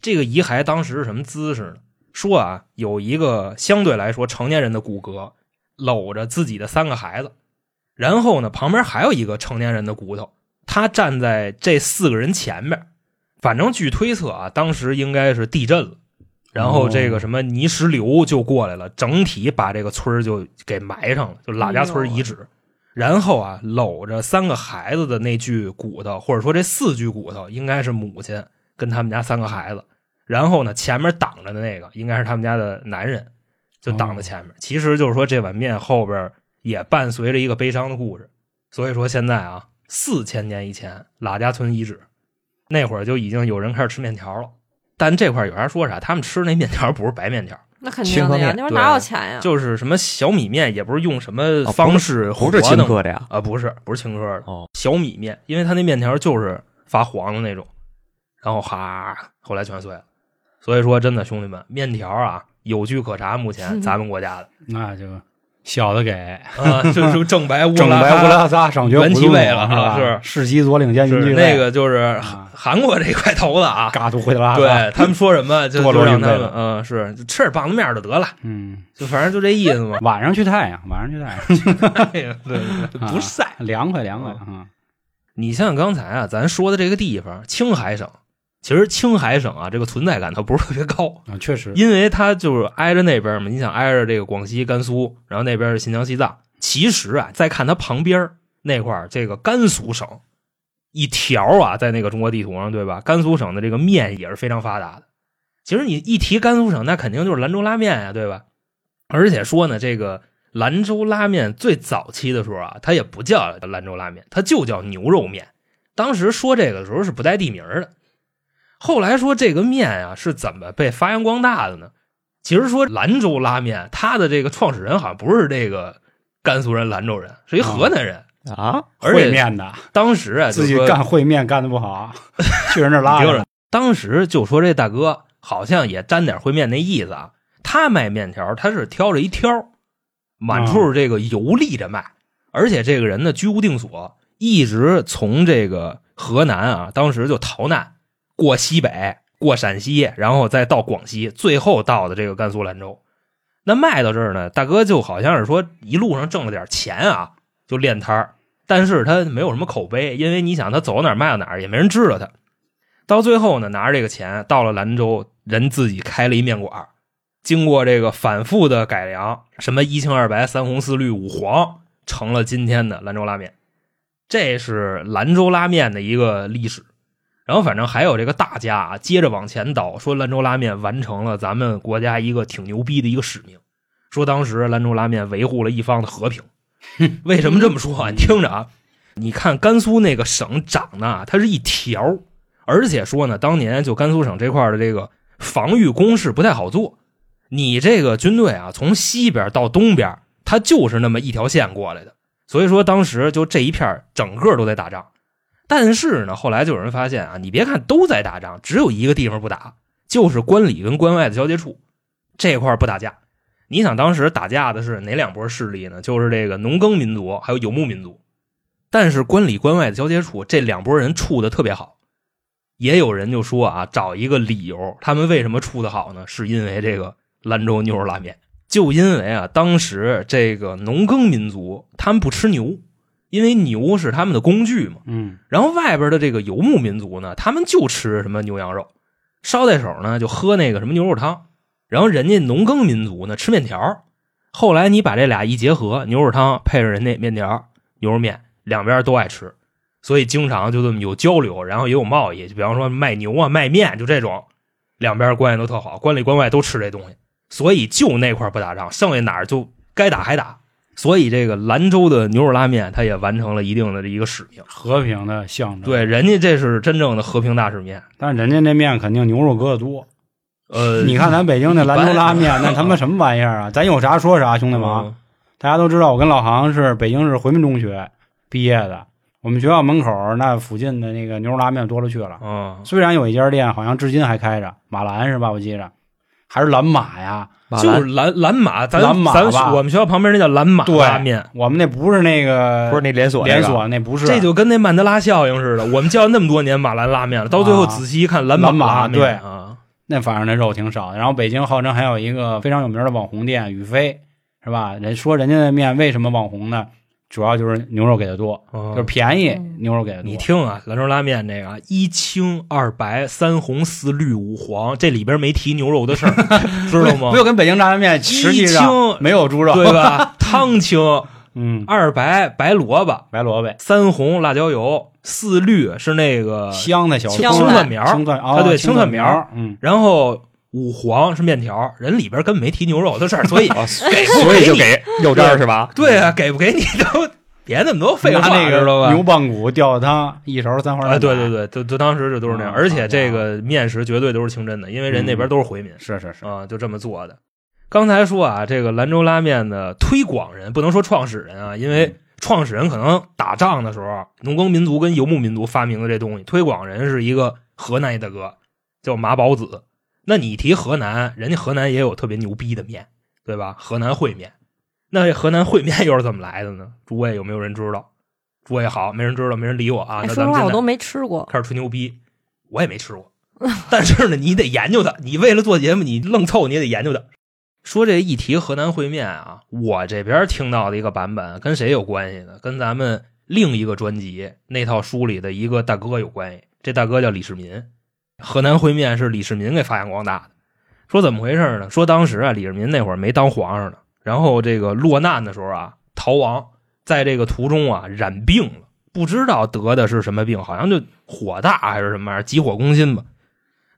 Speaker 3: 这个遗骸当时是什么姿势呢？说啊，有一个相对来说成年人的骨骼搂着自己的三个孩子，然后呢，旁边还有一个成年人的骨头，他站在这四个人前边。反正据推测啊，当时应该是地震了，然后这个什么泥石流就过来了，整体把这个村儿就给埋上了，就喇家村遗址。然后啊，搂着三个孩子的那具骨头，或者说这四具骨头，应该是母亲跟他们家三个孩子。然后呢，前面挡着的那个应该是他们家的男人，就挡在前面。其实就是说，这碗面后边也伴随着一个悲伤的故事。所以说，现在啊，四千年以前，喇家村遗址那会儿就已经有人开始吃面条了。但这块儿有啥说啥，他们吃那面条不是白面条，
Speaker 4: 那肯定的
Speaker 5: 清
Speaker 4: 呀
Speaker 5: 河，面
Speaker 4: 那边哪有钱呀？
Speaker 3: 就是什么小米面，也不是用什么
Speaker 5: 哦
Speaker 3: 方式
Speaker 5: 不
Speaker 3: 和
Speaker 5: 是青
Speaker 3: 弄
Speaker 5: 稞的呀？
Speaker 3: 啊，不是不是青稞的
Speaker 5: 哦，
Speaker 3: 小米面，因为它那面条就是发黄的那种，然后哈，后来全碎了。所以说，真的兄弟们，面条啊，有据可查，目前咱们
Speaker 2: (laughs)
Speaker 3: 国家的
Speaker 2: 那就小的给
Speaker 3: 啊，就是正白乌
Speaker 2: 整
Speaker 3: 拉
Speaker 2: 白乌
Speaker 3: 哈
Speaker 2: 拉撒省学
Speaker 3: 原其
Speaker 2: 不
Speaker 3: 位了啊
Speaker 2: 啊，吧？世袭左领监军
Speaker 3: 是
Speaker 2: 区
Speaker 3: 那个就是
Speaker 2: 啊
Speaker 3: 韩国这一块头子啊，
Speaker 2: 嘎图回拉萨，
Speaker 3: 对他们说什么
Speaker 2: (laughs)
Speaker 3: 就
Speaker 2: 堕落
Speaker 3: 就让
Speaker 2: 运
Speaker 3: 他
Speaker 2: 费
Speaker 3: 们
Speaker 2: 了
Speaker 3: 嗯是就吃点棒子面儿就得了，
Speaker 2: 嗯，。
Speaker 3: 就反正就这意思嘛
Speaker 2: (laughs) 晚上去太阳，晚上去太阳，
Speaker 3: 哎呀对对对，
Speaker 2: 啊
Speaker 3: 不晒。
Speaker 2: 凉快凉快
Speaker 3: 哦
Speaker 2: 啊，
Speaker 3: 你像刚才啊，咱说的这个地方，青海省，其实青海省啊，这个存在感它不是特别高，
Speaker 2: 啊，确实，
Speaker 3: 因为它就是挨着那边嘛。你想挨着这个广西、甘肃，然后那边是新疆、西藏。其实啊，再看它旁边儿那块儿，这个甘肃省一条啊，在那个中国地图上，对吧？甘肃省的这个面也是非常发达的。其实你一提甘肃省，那肯定就是兰州拉面呀、对吧？而且说呢，这个兰州拉面最早期的时候啊，它也不叫兰州拉面，它就叫牛肉面。当时说这个的时候是不带地名儿的。后来说这个面啊是怎么被发扬光大的呢？其实说兰州拉面，它的这个创始人好像不是这个甘肃人、兰州人，是一河南人。
Speaker 5: 啊，
Speaker 3: 而且
Speaker 2: 烩面的
Speaker 3: 当时啊，就
Speaker 2: 哦自己
Speaker 3: 说
Speaker 2: 干烩面干的不
Speaker 3: (laughs)
Speaker 2: 好，去人那儿拉
Speaker 3: 你听
Speaker 2: 着
Speaker 3: 着，当时就说这大哥好像也沾点烩面那意思啊。他卖面条，他是挑着一挑，满处这个游历着卖，而且这个人呢居无定所，一直从这个河南啊，当时就逃难，过西北，过陕西，然后再到广西，最后到的这个甘肃兰州。那卖到这儿呢，大哥就好像是说一路上挣了点钱啊，就练摊儿，但是他没有什么口碑，因为你想他走到哪儿卖到哪儿，也没人知道他。到最后呢，拿着这个钱到了兰州，人自己开了一面馆儿经过这个反复的改良，什么一清二白、三红四绿五黄，成了今天的兰州拉面。这是兰州拉面的一个历史。然后反正还有这个大家啊，接着往前倒，说兰州拉面完成了咱们国家一个挺牛逼的一个使命，说当时兰州拉面维护了一方的和平。为什么这么说啊？你听着啊，你看甘肃那个省长呢，它是一条儿，而且说呢，当年就甘肃省这块儿的这个防御工事不太好做，你这个军队啊，从西边到东边，它就是那么一条线过来的，所以说当时就这一片儿整个都在打仗。但是呢，后来就有人发现啊，你别看都在打仗，只有一个地方不打，就是关里跟关外的交界处这块儿不打架。你想当时打架的是哪两波势力呢？就是这个农耕民族还有游牧民族。但是关里关外的交接处，这两拨人处的特别好。也有人就说啊，找一个理由，他们为什么处的好呢？是因为这个兰州牛肉拉面，就因为啊，当时这个农耕民族他们不吃牛，因为牛是他们的工具嘛。
Speaker 2: 嗯，
Speaker 3: 然后外边的这个游牧民族呢，他们就吃什么牛羊肉，捎带手呢就喝那个什么牛肉汤。然后人家农耕民族呢吃面条。后来你把这俩一结合，牛肉汤配上人家面条、牛肉面，两边都爱吃，所以经常就这么有交流，然后也有贸易。就比方说卖牛啊、卖面，就这种，两边关系都特好，关里关外都吃这东西。所以就那块儿不打仗，剩下哪儿就该打还打。所以这个兰州的牛肉拉面，它也完成了一定的一个使命。
Speaker 2: 和平的象征。，
Speaker 3: 对，人家这是真正的和平大使面。
Speaker 2: 但人家那面肯定牛肉搁的多。
Speaker 3: 呃，啊
Speaker 2: 你看咱北京那兰州拉面，那他妈什么玩意儿
Speaker 3: (laughs)
Speaker 2: 啊？咱有啥说啥，兄弟们啊。
Speaker 3: 嗯
Speaker 2: 大家都知道，我跟老航是北京市回民中学毕业的。我们学校门口那附近的那个牛肉拉面多了去了，
Speaker 3: 嗯，
Speaker 2: 虽然有一家店好像至今还开着，马兰是吧？我记着，还是蓝马呀。
Speaker 5: 马
Speaker 3: 就
Speaker 5: 兰
Speaker 3: 是蓝蓝马，咱
Speaker 2: 蓝马
Speaker 3: 咱
Speaker 2: 吧
Speaker 3: 我们学校旁边那叫蓝马
Speaker 2: 对
Speaker 3: 拉面，
Speaker 2: 我们那不是那个
Speaker 5: 不是那连锁那个
Speaker 2: 连锁，那不是
Speaker 3: 这就跟那曼德拉效应似的。我们叫那么多年马兰拉面了，到最后
Speaker 2: 啊
Speaker 3: 仔细一看，蓝
Speaker 2: 蓝马
Speaker 3: 拉面
Speaker 2: 对
Speaker 3: 啊，
Speaker 2: 那反正那肉挺少的。然后北京号称还有一个非常有名的网红店宇飞，是吧？人说人家的面为什么网红呢？主要就是牛肉给的多，
Speaker 3: 就
Speaker 2: 就是便宜，
Speaker 4: 嗯
Speaker 2: 牛肉给的多。
Speaker 3: 哦你听啊，兰州拉面这个啊一清二白三红四绿五黄，这里边没提牛肉的事儿，
Speaker 2: (laughs)
Speaker 3: 知道吗
Speaker 2: 没？有跟北京炸酱面实际上
Speaker 3: 清
Speaker 2: 没有猪肉，
Speaker 3: 对吧？汤清
Speaker 2: 嗯，
Speaker 3: 二白白萝卜，
Speaker 2: 白萝卜
Speaker 3: 三红辣椒油，四绿是那个
Speaker 2: 香的小葱
Speaker 4: 香
Speaker 3: 呃青
Speaker 4: 的
Speaker 3: 蒜苗儿，
Speaker 2: 青蒜
Speaker 3: 啊
Speaker 2: 啊，
Speaker 3: 对
Speaker 2: 青
Speaker 3: 青蒜苗
Speaker 2: 苗，嗯，
Speaker 3: 然后五黄是面条，人里边根本没提牛肉的事儿，所以给不
Speaker 5: 啊所以就
Speaker 3: 你
Speaker 5: 给有这儿是吧？
Speaker 3: 对啊，给不给你都别那么多废话，
Speaker 2: 拿那
Speaker 3: 知道
Speaker 2: 个
Speaker 3: 吧？
Speaker 2: 牛棒骨吊汤，一勺三花
Speaker 3: 啊，
Speaker 2: 蛋
Speaker 3: 对对，对，就就当时就都是那
Speaker 5: 啊
Speaker 2: 嗯
Speaker 3: 样，
Speaker 5: 嗯
Speaker 3: 而且这个面食绝对都是清真的，因为人那边都是回民
Speaker 2: 是是是，
Speaker 3: 啊，就这么做的。刚才说啊，这个兰州拉面的推广人不能说创始人啊，因为创始人可能打仗的时候，农耕民族跟游牧民族发明的这东西，推广人是一个河南一大哥，叫马宝子。那你提河南，人家河南也有特别牛逼的面，对吧？河南烩面，那这河南烩面又是怎么来的呢？诸位有没有人知道？诸位好，没人知道，没人理我啊。
Speaker 4: 哎
Speaker 3: 那
Speaker 4: 说
Speaker 3: 咱
Speaker 4: 实
Speaker 3: 们
Speaker 4: 话，
Speaker 3: 现
Speaker 4: 我
Speaker 3: 在
Speaker 4: 都没吃过。
Speaker 3: 开始吹牛逼，我也没吃过， (laughs) 但是呢，你得研究它。你为了做节目，你愣凑你也得研究它。说这一提河南烩面啊，我这边听到的一个版本跟谁有关系呢？跟咱们另一个专辑那套书里的一个大哥有关系。这大哥叫李世民，河南烩面是李世民给发扬光大的。说怎么回事呢？说当时啊，李世民那会儿没当皇上呢，然后这个落难的时候啊，逃亡，在这个途中啊染病了，不知道得的是什么病，好像就火大还是什么玩意儿，急火攻心吧。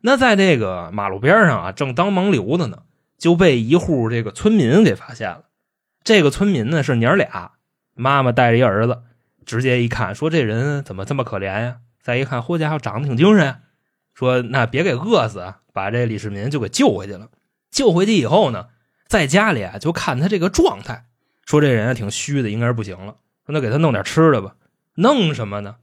Speaker 3: 那在这个马路边上啊，正当盲流的呢，就被一户这个村民给发现了。这个村民呢是娘儿俩，妈妈带着一儿子，直接一看说这人怎么这么可怜呀、再一看，嚯家伙长得挺精神啊，说那别给饿死啊，把这李世民就给救回去了。救回去以后呢，在家里啊就看他这个状态，说这人啊挺虚的，应该是不行了。说那给他弄点吃的吧，弄什么呢？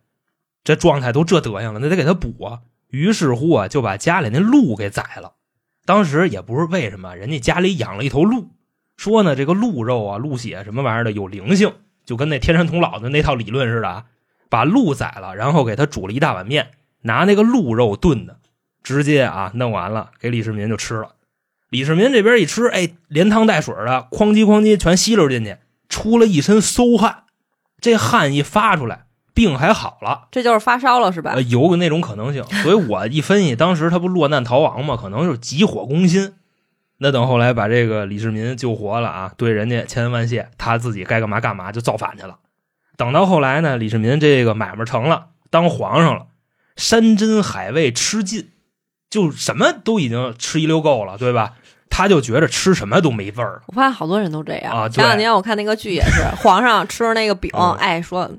Speaker 3: 这状态都这德行了，那得给他补啊。于是乎啊，就把家里那鹿给宰了。当时也不是为什么，人家家里养了一头鹿，说呢这个鹿肉啊、鹿血什么玩意儿的有灵性，就跟那天山童姥的那套理论似的啊。把鹿宰了，然后给他煮了一大碗面，拿那个鹿肉炖的，直接啊弄完了给李世民就吃了。李世民这边一吃，哎，连汤带水的，哐叽哐叽全吸溜进去，出了一身馊汗。这汗一发出来，病还好了。
Speaker 4: 这就是发烧了是吧
Speaker 3: 呃，？有个那种可能性。所以我一分析，当时他不落难逃亡嘛，可能就是急火攻心。那等后来把这个李世民救活了啊，对人家千恩万谢，他自己该干嘛干嘛就造反去了。等到后来呢，李世民这个买卖成了，当皇上了，山珍海味吃尽，就什么都已经吃一溜够了，对吧？他就觉着吃什么都没味儿了。
Speaker 4: 我发现好多人都这样。
Speaker 3: 啊对
Speaker 4: 前两年我看那个剧也是，皇上吃着那个饼
Speaker 3: 嗯，
Speaker 4: 哎说。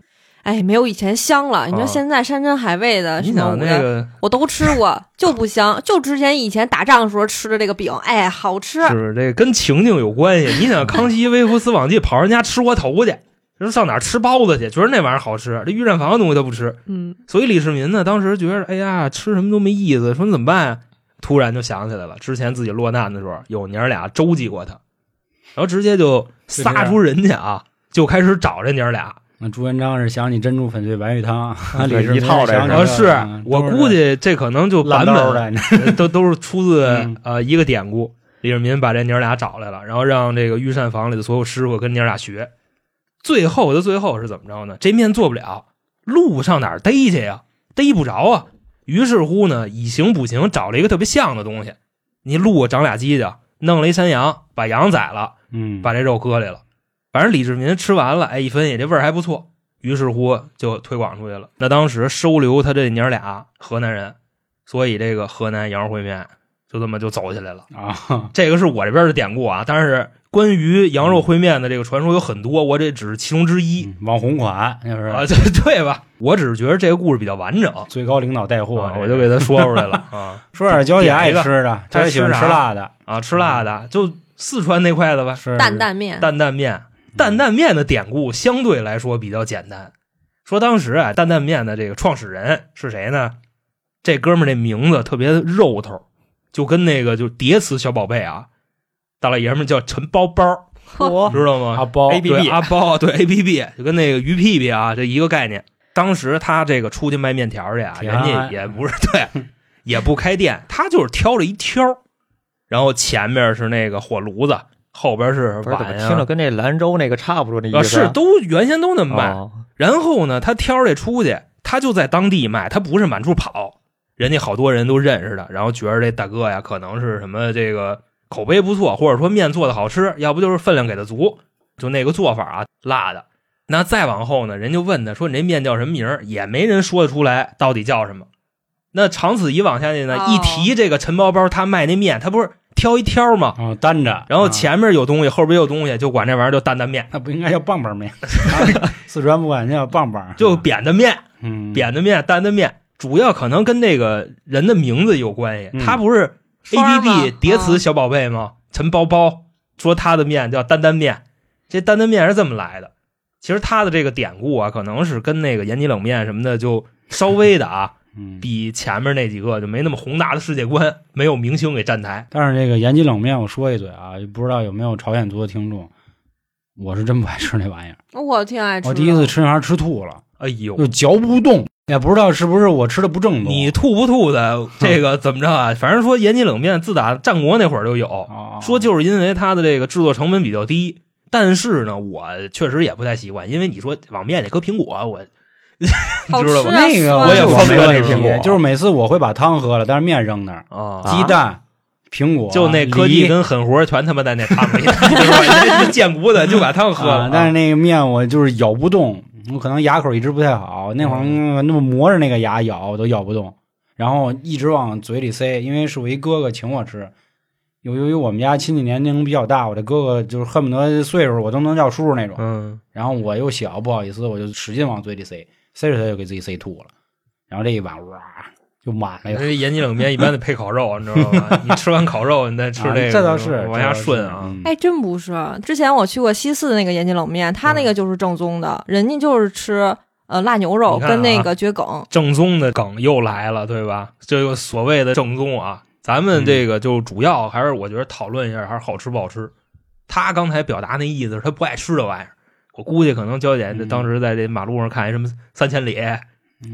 Speaker 4: 哎，没有以前香了。你说
Speaker 3: 啊
Speaker 4: 现在山珍海味的什
Speaker 3: 你
Speaker 4: 么
Speaker 3: 想
Speaker 4: 的，
Speaker 3: 那个
Speaker 4: 呃我都吃过， (laughs) 就不香。就之前以前打仗的时候吃的这个饼，哎，好吃。
Speaker 3: 是这跟情境有关系。你想，康熙微服私访记跑人家吃窝头去，说上哪儿吃包子去，觉得那玩意儿好吃，这御膳房的东西他不吃。
Speaker 4: 嗯，
Speaker 3: 所以李世民呢，当时觉得，哎呀，吃什么都没意思，说你怎么办啊？突然就想起来了，之前自己落难的时候，有娘儿俩周济过他，然后直接就撒出人家啊，就开始找这娘儿俩。
Speaker 2: 那朱元璋是想起珍珠粉碎白玉 (laughs) 汤，李
Speaker 5: 对
Speaker 2: 世民
Speaker 5: 一套这
Speaker 2: 想
Speaker 5: 是
Speaker 2: 起
Speaker 3: 啊，
Speaker 2: 了
Speaker 3: 是
Speaker 2: 嗯
Speaker 3: 我
Speaker 2: 都是
Speaker 3: 估计这可能就版
Speaker 2: 烂
Speaker 3: 本
Speaker 2: 豆的，你知道
Speaker 3: (laughs) 都都是出自、
Speaker 2: 嗯
Speaker 3: 呃一个典故。李世民把这娘儿俩找来了，然后让这个御膳房里的所有师傅跟娘儿俩学。最后的最后是怎么着呢？这面做不了，路上哪儿逮去呀？逮不着啊！于是乎呢，以形补形，找了一个特别像的东西。你鹿长俩犄角，弄了一山羊，把羊宰了，
Speaker 2: (laughs) 嗯，
Speaker 3: 把这肉割来了。反正李世民吃完了，哎，一分析这味儿还不错，于是乎就推广出去了。那当时收留他这娘儿俩河南人，所以这个河南羊肉烩面就这么就走起来了。
Speaker 2: 啊，
Speaker 3: 这个是我这边的典故啊，但是关于羊肉烩面的这个传说有很多，我这只是其中之一
Speaker 2: 嗯网红款就是
Speaker 3: 啊， (laughs) 对对吧？我只是觉得这个故事比较完整，
Speaker 2: 最高领导带货
Speaker 3: 啊，
Speaker 2: 这
Speaker 3: 我
Speaker 2: 是
Speaker 3: 就给他说出来了 (laughs) 啊
Speaker 2: 说点娇姐爱吃的，
Speaker 3: 点
Speaker 2: 娇
Speaker 3: 一个
Speaker 2: 姐喜欢
Speaker 3: 她
Speaker 2: 吃
Speaker 3: 吃啥
Speaker 2: 辣的，
Speaker 3: 啊，吃辣的就四川那块的吧，
Speaker 2: 是
Speaker 4: 担担面，
Speaker 3: 担担面，担担面的典故相对来说比较简单。说当时啊，担担面的这个创始人是谁呢？这哥们儿这名字特别肉头，就跟那个就叠词小宝贝啊，大老爷们儿叫陈包包，
Speaker 4: 呵，
Speaker 3: 知道吗？
Speaker 2: 阿啊包
Speaker 5: APP
Speaker 3: 对阿包，对 A P P，就跟那个鱼屁屁啊，这一个概念。当时他这个出去卖面条去啊，
Speaker 2: 挺
Speaker 3: 人
Speaker 2: 安
Speaker 3: 家也不是对，也不开店，他就是挑了一挑，然后前面是那个火炉子，后边是
Speaker 5: 不是怎么
Speaker 3: 碗啊
Speaker 5: 听
Speaker 3: 哎呀
Speaker 5: 着、跟这兰州那个差不多那意
Speaker 3: 啊，
Speaker 5: 思？
Speaker 3: 是都原先都那么卖。
Speaker 5: 哦
Speaker 3: 然后呢，他挑着这出去，他就在当地卖，他不是满处跑，人家好多人都认识他，然后觉得这大哥呀，可能是什么这个口碑不错，或者说面做的好吃，要不就是分量给的足，就那个做法啊，辣的。那再往后呢，人就问他说：“你这面叫什么名儿？”也没人说得出来到底叫什么。那长此以往下去呢，
Speaker 4: 哦
Speaker 3: 一提这个陈包包，他卖那面，他不是挑一挑吗？
Speaker 2: 啊单着，
Speaker 3: 然后
Speaker 2: 啊
Speaker 3: 前面有东西，后边有东西，就管这玩意儿叫担担面，
Speaker 2: 那不应该叫棒棒面，啊 (laughs) 四川不管叫棒棒，
Speaker 3: 就扁担面。
Speaker 2: 嗯
Speaker 3: 扁的面、担的面，主要可能跟这个人的名字有关系。
Speaker 2: 嗯
Speaker 3: 他不是
Speaker 4: 双儿
Speaker 3: A P P
Speaker 4: 嘛
Speaker 3: 叠词
Speaker 4: 啊
Speaker 3: 小宝贝吗？陈包包、说他的面叫担担面，这担担面是这么来的。其实他的这个典故啊，可能是跟那个延吉冷面什么的就稍微的啊，
Speaker 2: 嗯，
Speaker 3: 比前面那几个就没那么宏大的世界观，没有明星给站台。
Speaker 2: 但是这个延吉冷面，我说一嘴啊，不知道有没有朝鲜族的听众，我是真不爱吃那玩意儿，
Speaker 4: 我挺爱吃。
Speaker 2: 我第一次，吃那玩意儿吃吐了，
Speaker 3: 哎呦，
Speaker 2: 就嚼不动，也不知道是不是我吃的不正宗。
Speaker 3: 你吐不吐的这个怎么着啊？反正说延吉冷面自打战国那会儿就有，
Speaker 2: 哦
Speaker 3: 说就是因为它的这个制作成本比较低，但是呢，我确实也不太习惯，因为你说往面里搁苹果，我
Speaker 4: 好
Speaker 3: 你知道
Speaker 4: 吃
Speaker 3: 吧？
Speaker 4: 啊，
Speaker 2: 那个
Speaker 4: 酸
Speaker 3: 我也
Speaker 2: 我
Speaker 3: 放
Speaker 2: 没
Speaker 3: 不了
Speaker 2: 问
Speaker 3: 那
Speaker 2: 题
Speaker 3: 苹果
Speaker 2: 就是每次我会把汤喝了，但是面扔那儿，
Speaker 3: 啊，
Speaker 2: 鸡蛋、苹果
Speaker 3: 就那科技
Speaker 2: 梨
Speaker 3: 跟狠活全他妈在那汤里，就是吧建国的就把汤喝
Speaker 2: 啊
Speaker 3: 了。
Speaker 2: 但是那个面我就是咬不动，我可能牙口一直不太好，那会儿嗯那么磨着那个牙咬我都咬不动，然后一直往嘴里塞，因为是我一哥哥请我吃。由由于我们家亲戚年龄比较大，我这哥哥就是恨不得岁数我都能叫叔叔那种，
Speaker 3: 嗯，
Speaker 2: 然后我又小不好意思，我就使劲往嘴里塞，塞着塞着就给自己塞吐了，然后这一碗哇就满了
Speaker 3: 因
Speaker 2: 又。
Speaker 3: 为延吉冷面一般得配烤肉，你知道吗？你吃完烤肉，你再吃
Speaker 2: 啊
Speaker 3: 这个，
Speaker 2: 这倒是
Speaker 3: 往下
Speaker 2: 这倒是
Speaker 3: 顺啊。
Speaker 2: 嗯
Speaker 4: 哎，真不是。之前我去过西四那个延吉冷面，他
Speaker 2: 嗯
Speaker 4: 那个就是正宗的，人家就是吃呃辣牛肉
Speaker 3: 你看啊
Speaker 4: 跟那个蕨梗。
Speaker 3: 正宗的梗又来了，对吧？这个所谓的正宗啊，咱们这个就主要还是我觉得讨论一下，还是好吃不好吃。他刚才表达那意思是他不爱吃这玩意儿，我估计可能娇姐
Speaker 2: 嗯
Speaker 3: 当时在这马路上看一什么三千里、
Speaker 2: 嗯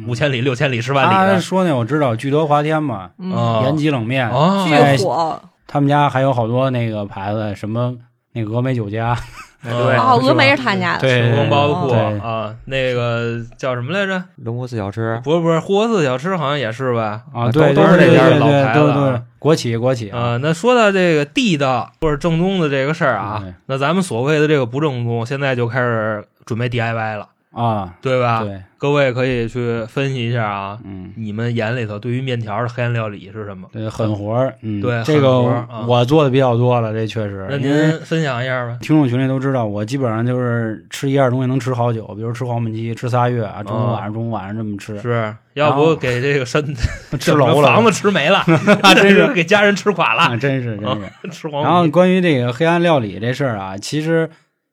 Speaker 3: 五千里、六千里、十万里
Speaker 2: 他
Speaker 3: 的
Speaker 2: 说那我知道，聚德华天嘛，
Speaker 4: 嗯，
Speaker 3: 啊
Speaker 2: 延吉冷面，
Speaker 3: 啊
Speaker 2: 哎
Speaker 4: 巨火。
Speaker 2: 他们家还有好多那个牌子，什么 (laughs) 那个峨眉酒家，
Speaker 3: 对
Speaker 4: 哦，
Speaker 2: 是
Speaker 4: 峨眉
Speaker 2: 吧
Speaker 4: 是他家的。嗯
Speaker 2: 对
Speaker 3: 成功包子铺
Speaker 2: 对
Speaker 3: 啊，那个叫什么来着？
Speaker 5: 龙国寺
Speaker 3: (laughs)
Speaker 5: 小吃，
Speaker 3: 不是不是，呼和寺小吃好像也是吧？
Speaker 2: 啊，
Speaker 5: 啊
Speaker 2: 对，
Speaker 5: 都
Speaker 2: 对
Speaker 5: 是那
Speaker 2: 对
Speaker 5: 边
Speaker 2: 对
Speaker 5: 的
Speaker 3: 老牌
Speaker 2: 对，都
Speaker 3: 子啊
Speaker 2: 都是国企国企
Speaker 3: 啊、，那说到这个地道或者正宗的这个事儿啊
Speaker 2: 对，
Speaker 3: 那咱们所谓的这个不正宗，现在就开始准备 DIY 了，
Speaker 2: 啊，
Speaker 3: 对吧？
Speaker 2: 对，
Speaker 3: 各位可以去分析一下啊，
Speaker 2: 嗯，
Speaker 3: 你们眼里头对于面条的黑暗料理是什么？
Speaker 2: 对，狠活儿，嗯，
Speaker 3: 对
Speaker 2: 这个
Speaker 3: 狠活儿啊
Speaker 2: 我做的比较多了，这确实
Speaker 3: 那，
Speaker 2: 因为
Speaker 3: 您分享一下吧。
Speaker 2: 听众群里都知道，我基本上就是吃一样东西能吃好久，比如吃黄焖鸡，吃仨月啊，中午晚上中午晚上这么吃，
Speaker 3: 是要
Speaker 2: 然后
Speaker 3: 不给这个身
Speaker 2: (laughs) 吃楼
Speaker 3: 整个
Speaker 2: 了
Speaker 3: 房，子吃
Speaker 2: (laughs)
Speaker 3: 没了，啊
Speaker 2: 真是
Speaker 3: 给家人吃垮了，
Speaker 2: 啊真是真是。
Speaker 3: (laughs) 吃黄
Speaker 2: 然后
Speaker 3: 米。
Speaker 2: 关于这个黑暗料理这事儿啊，其实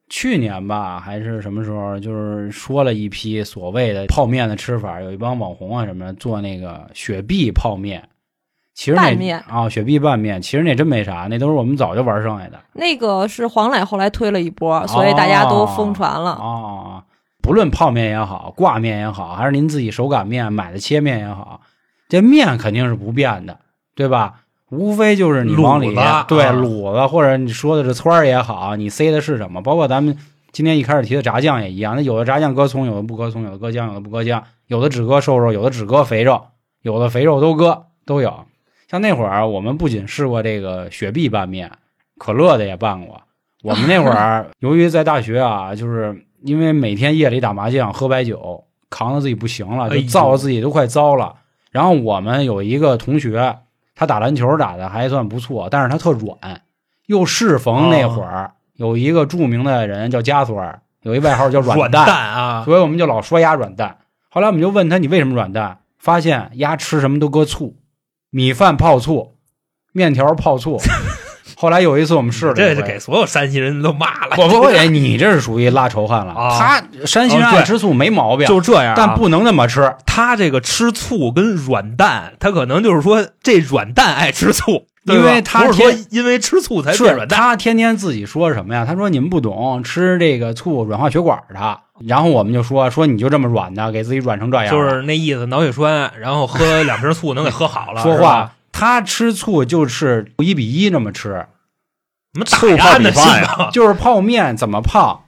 Speaker 2: 去年吧，还是什么时候，就是说了一批所谓的泡面的吃法，有一帮网红啊什么的做那个雪碧泡面，其实那
Speaker 4: 拌面
Speaker 2: 啊、雪碧拌面，其实那真没啥，那都是我们早就玩剩下的
Speaker 4: 那个是黄磊后来推了一波，所以大家都疯传
Speaker 2: 啊、
Speaker 4: 了。
Speaker 2: 哦不论泡面也好，挂面也好，还是您自己手擀面买的切面也好，这面肯定是不变的，对吧？无非就是你往里
Speaker 3: 卤子
Speaker 2: 对
Speaker 3: 啊
Speaker 2: 卤子，或者你说的是川儿也好，你塞的是什么？包括咱们今天一开始提的炸酱也一样，那有的炸酱搁葱，有的不搁葱，有的搁姜，有的不搁姜，有的只搁瘦肉，有的只搁肥肉，有的肥肉都搁，都有。像那会儿，我们不仅试过这个雪碧拌面，可乐的也拌过。我们那会
Speaker 3: (laughs)
Speaker 2: 儿，由于在大学啊，就是因为每天夜里打麻将、喝白酒，扛得自己不行了，
Speaker 3: 哎
Speaker 2: 就
Speaker 3: 呦
Speaker 2: 造得自己都快糟了。然后我们有一个同学，他打篮球打的还算不错，但是他特软。又适
Speaker 3: 哦
Speaker 2: 逢那会儿、有一个著名的人叫加索尔，有一外号叫
Speaker 3: 软
Speaker 2: 蛋，
Speaker 3: 啊，
Speaker 2: 所以我们就老说鸭软蛋。后来我们就问他你为什么软蛋，发现鸭吃什么都搁醋，米饭泡醋，面条泡
Speaker 3: (laughs)
Speaker 2: 醋。后来有一次我们试了一回，
Speaker 3: 这是给所有山西人都骂了，
Speaker 2: 我不会，哎
Speaker 3: (laughs)
Speaker 2: 你这是属于拉仇恨了。
Speaker 3: 啊
Speaker 2: 他山西人
Speaker 3: 哦对
Speaker 2: 爱吃醋没毛病，
Speaker 3: 就这样啊。
Speaker 2: 但不能那么吃。
Speaker 3: 他这个吃醋跟软蛋，他可能就是说这软蛋爱吃醋，对吧
Speaker 2: 因为他
Speaker 3: 不是说
Speaker 2: 天
Speaker 3: 因为吃醋才变
Speaker 2: 是
Speaker 3: 软蛋。
Speaker 2: 他天天自己说什么呀？他说你们不懂，吃这个醋软化血管的。然后我们就说说你就这么软的，给自己软成这样了，
Speaker 3: 就是那意思，脑血栓，然后喝两瓶醋能给喝好了。
Speaker 2: 说
Speaker 3: 是吧，
Speaker 2: 话。他吃醋就是一比一那么吃，
Speaker 3: 什么
Speaker 5: 醋
Speaker 3: 打
Speaker 5: 泡
Speaker 3: 呀
Speaker 5: 米
Speaker 3: 那
Speaker 5: 饭
Speaker 3: 是
Speaker 2: (laughs)
Speaker 3: 吧
Speaker 2: 就是泡面怎么泡，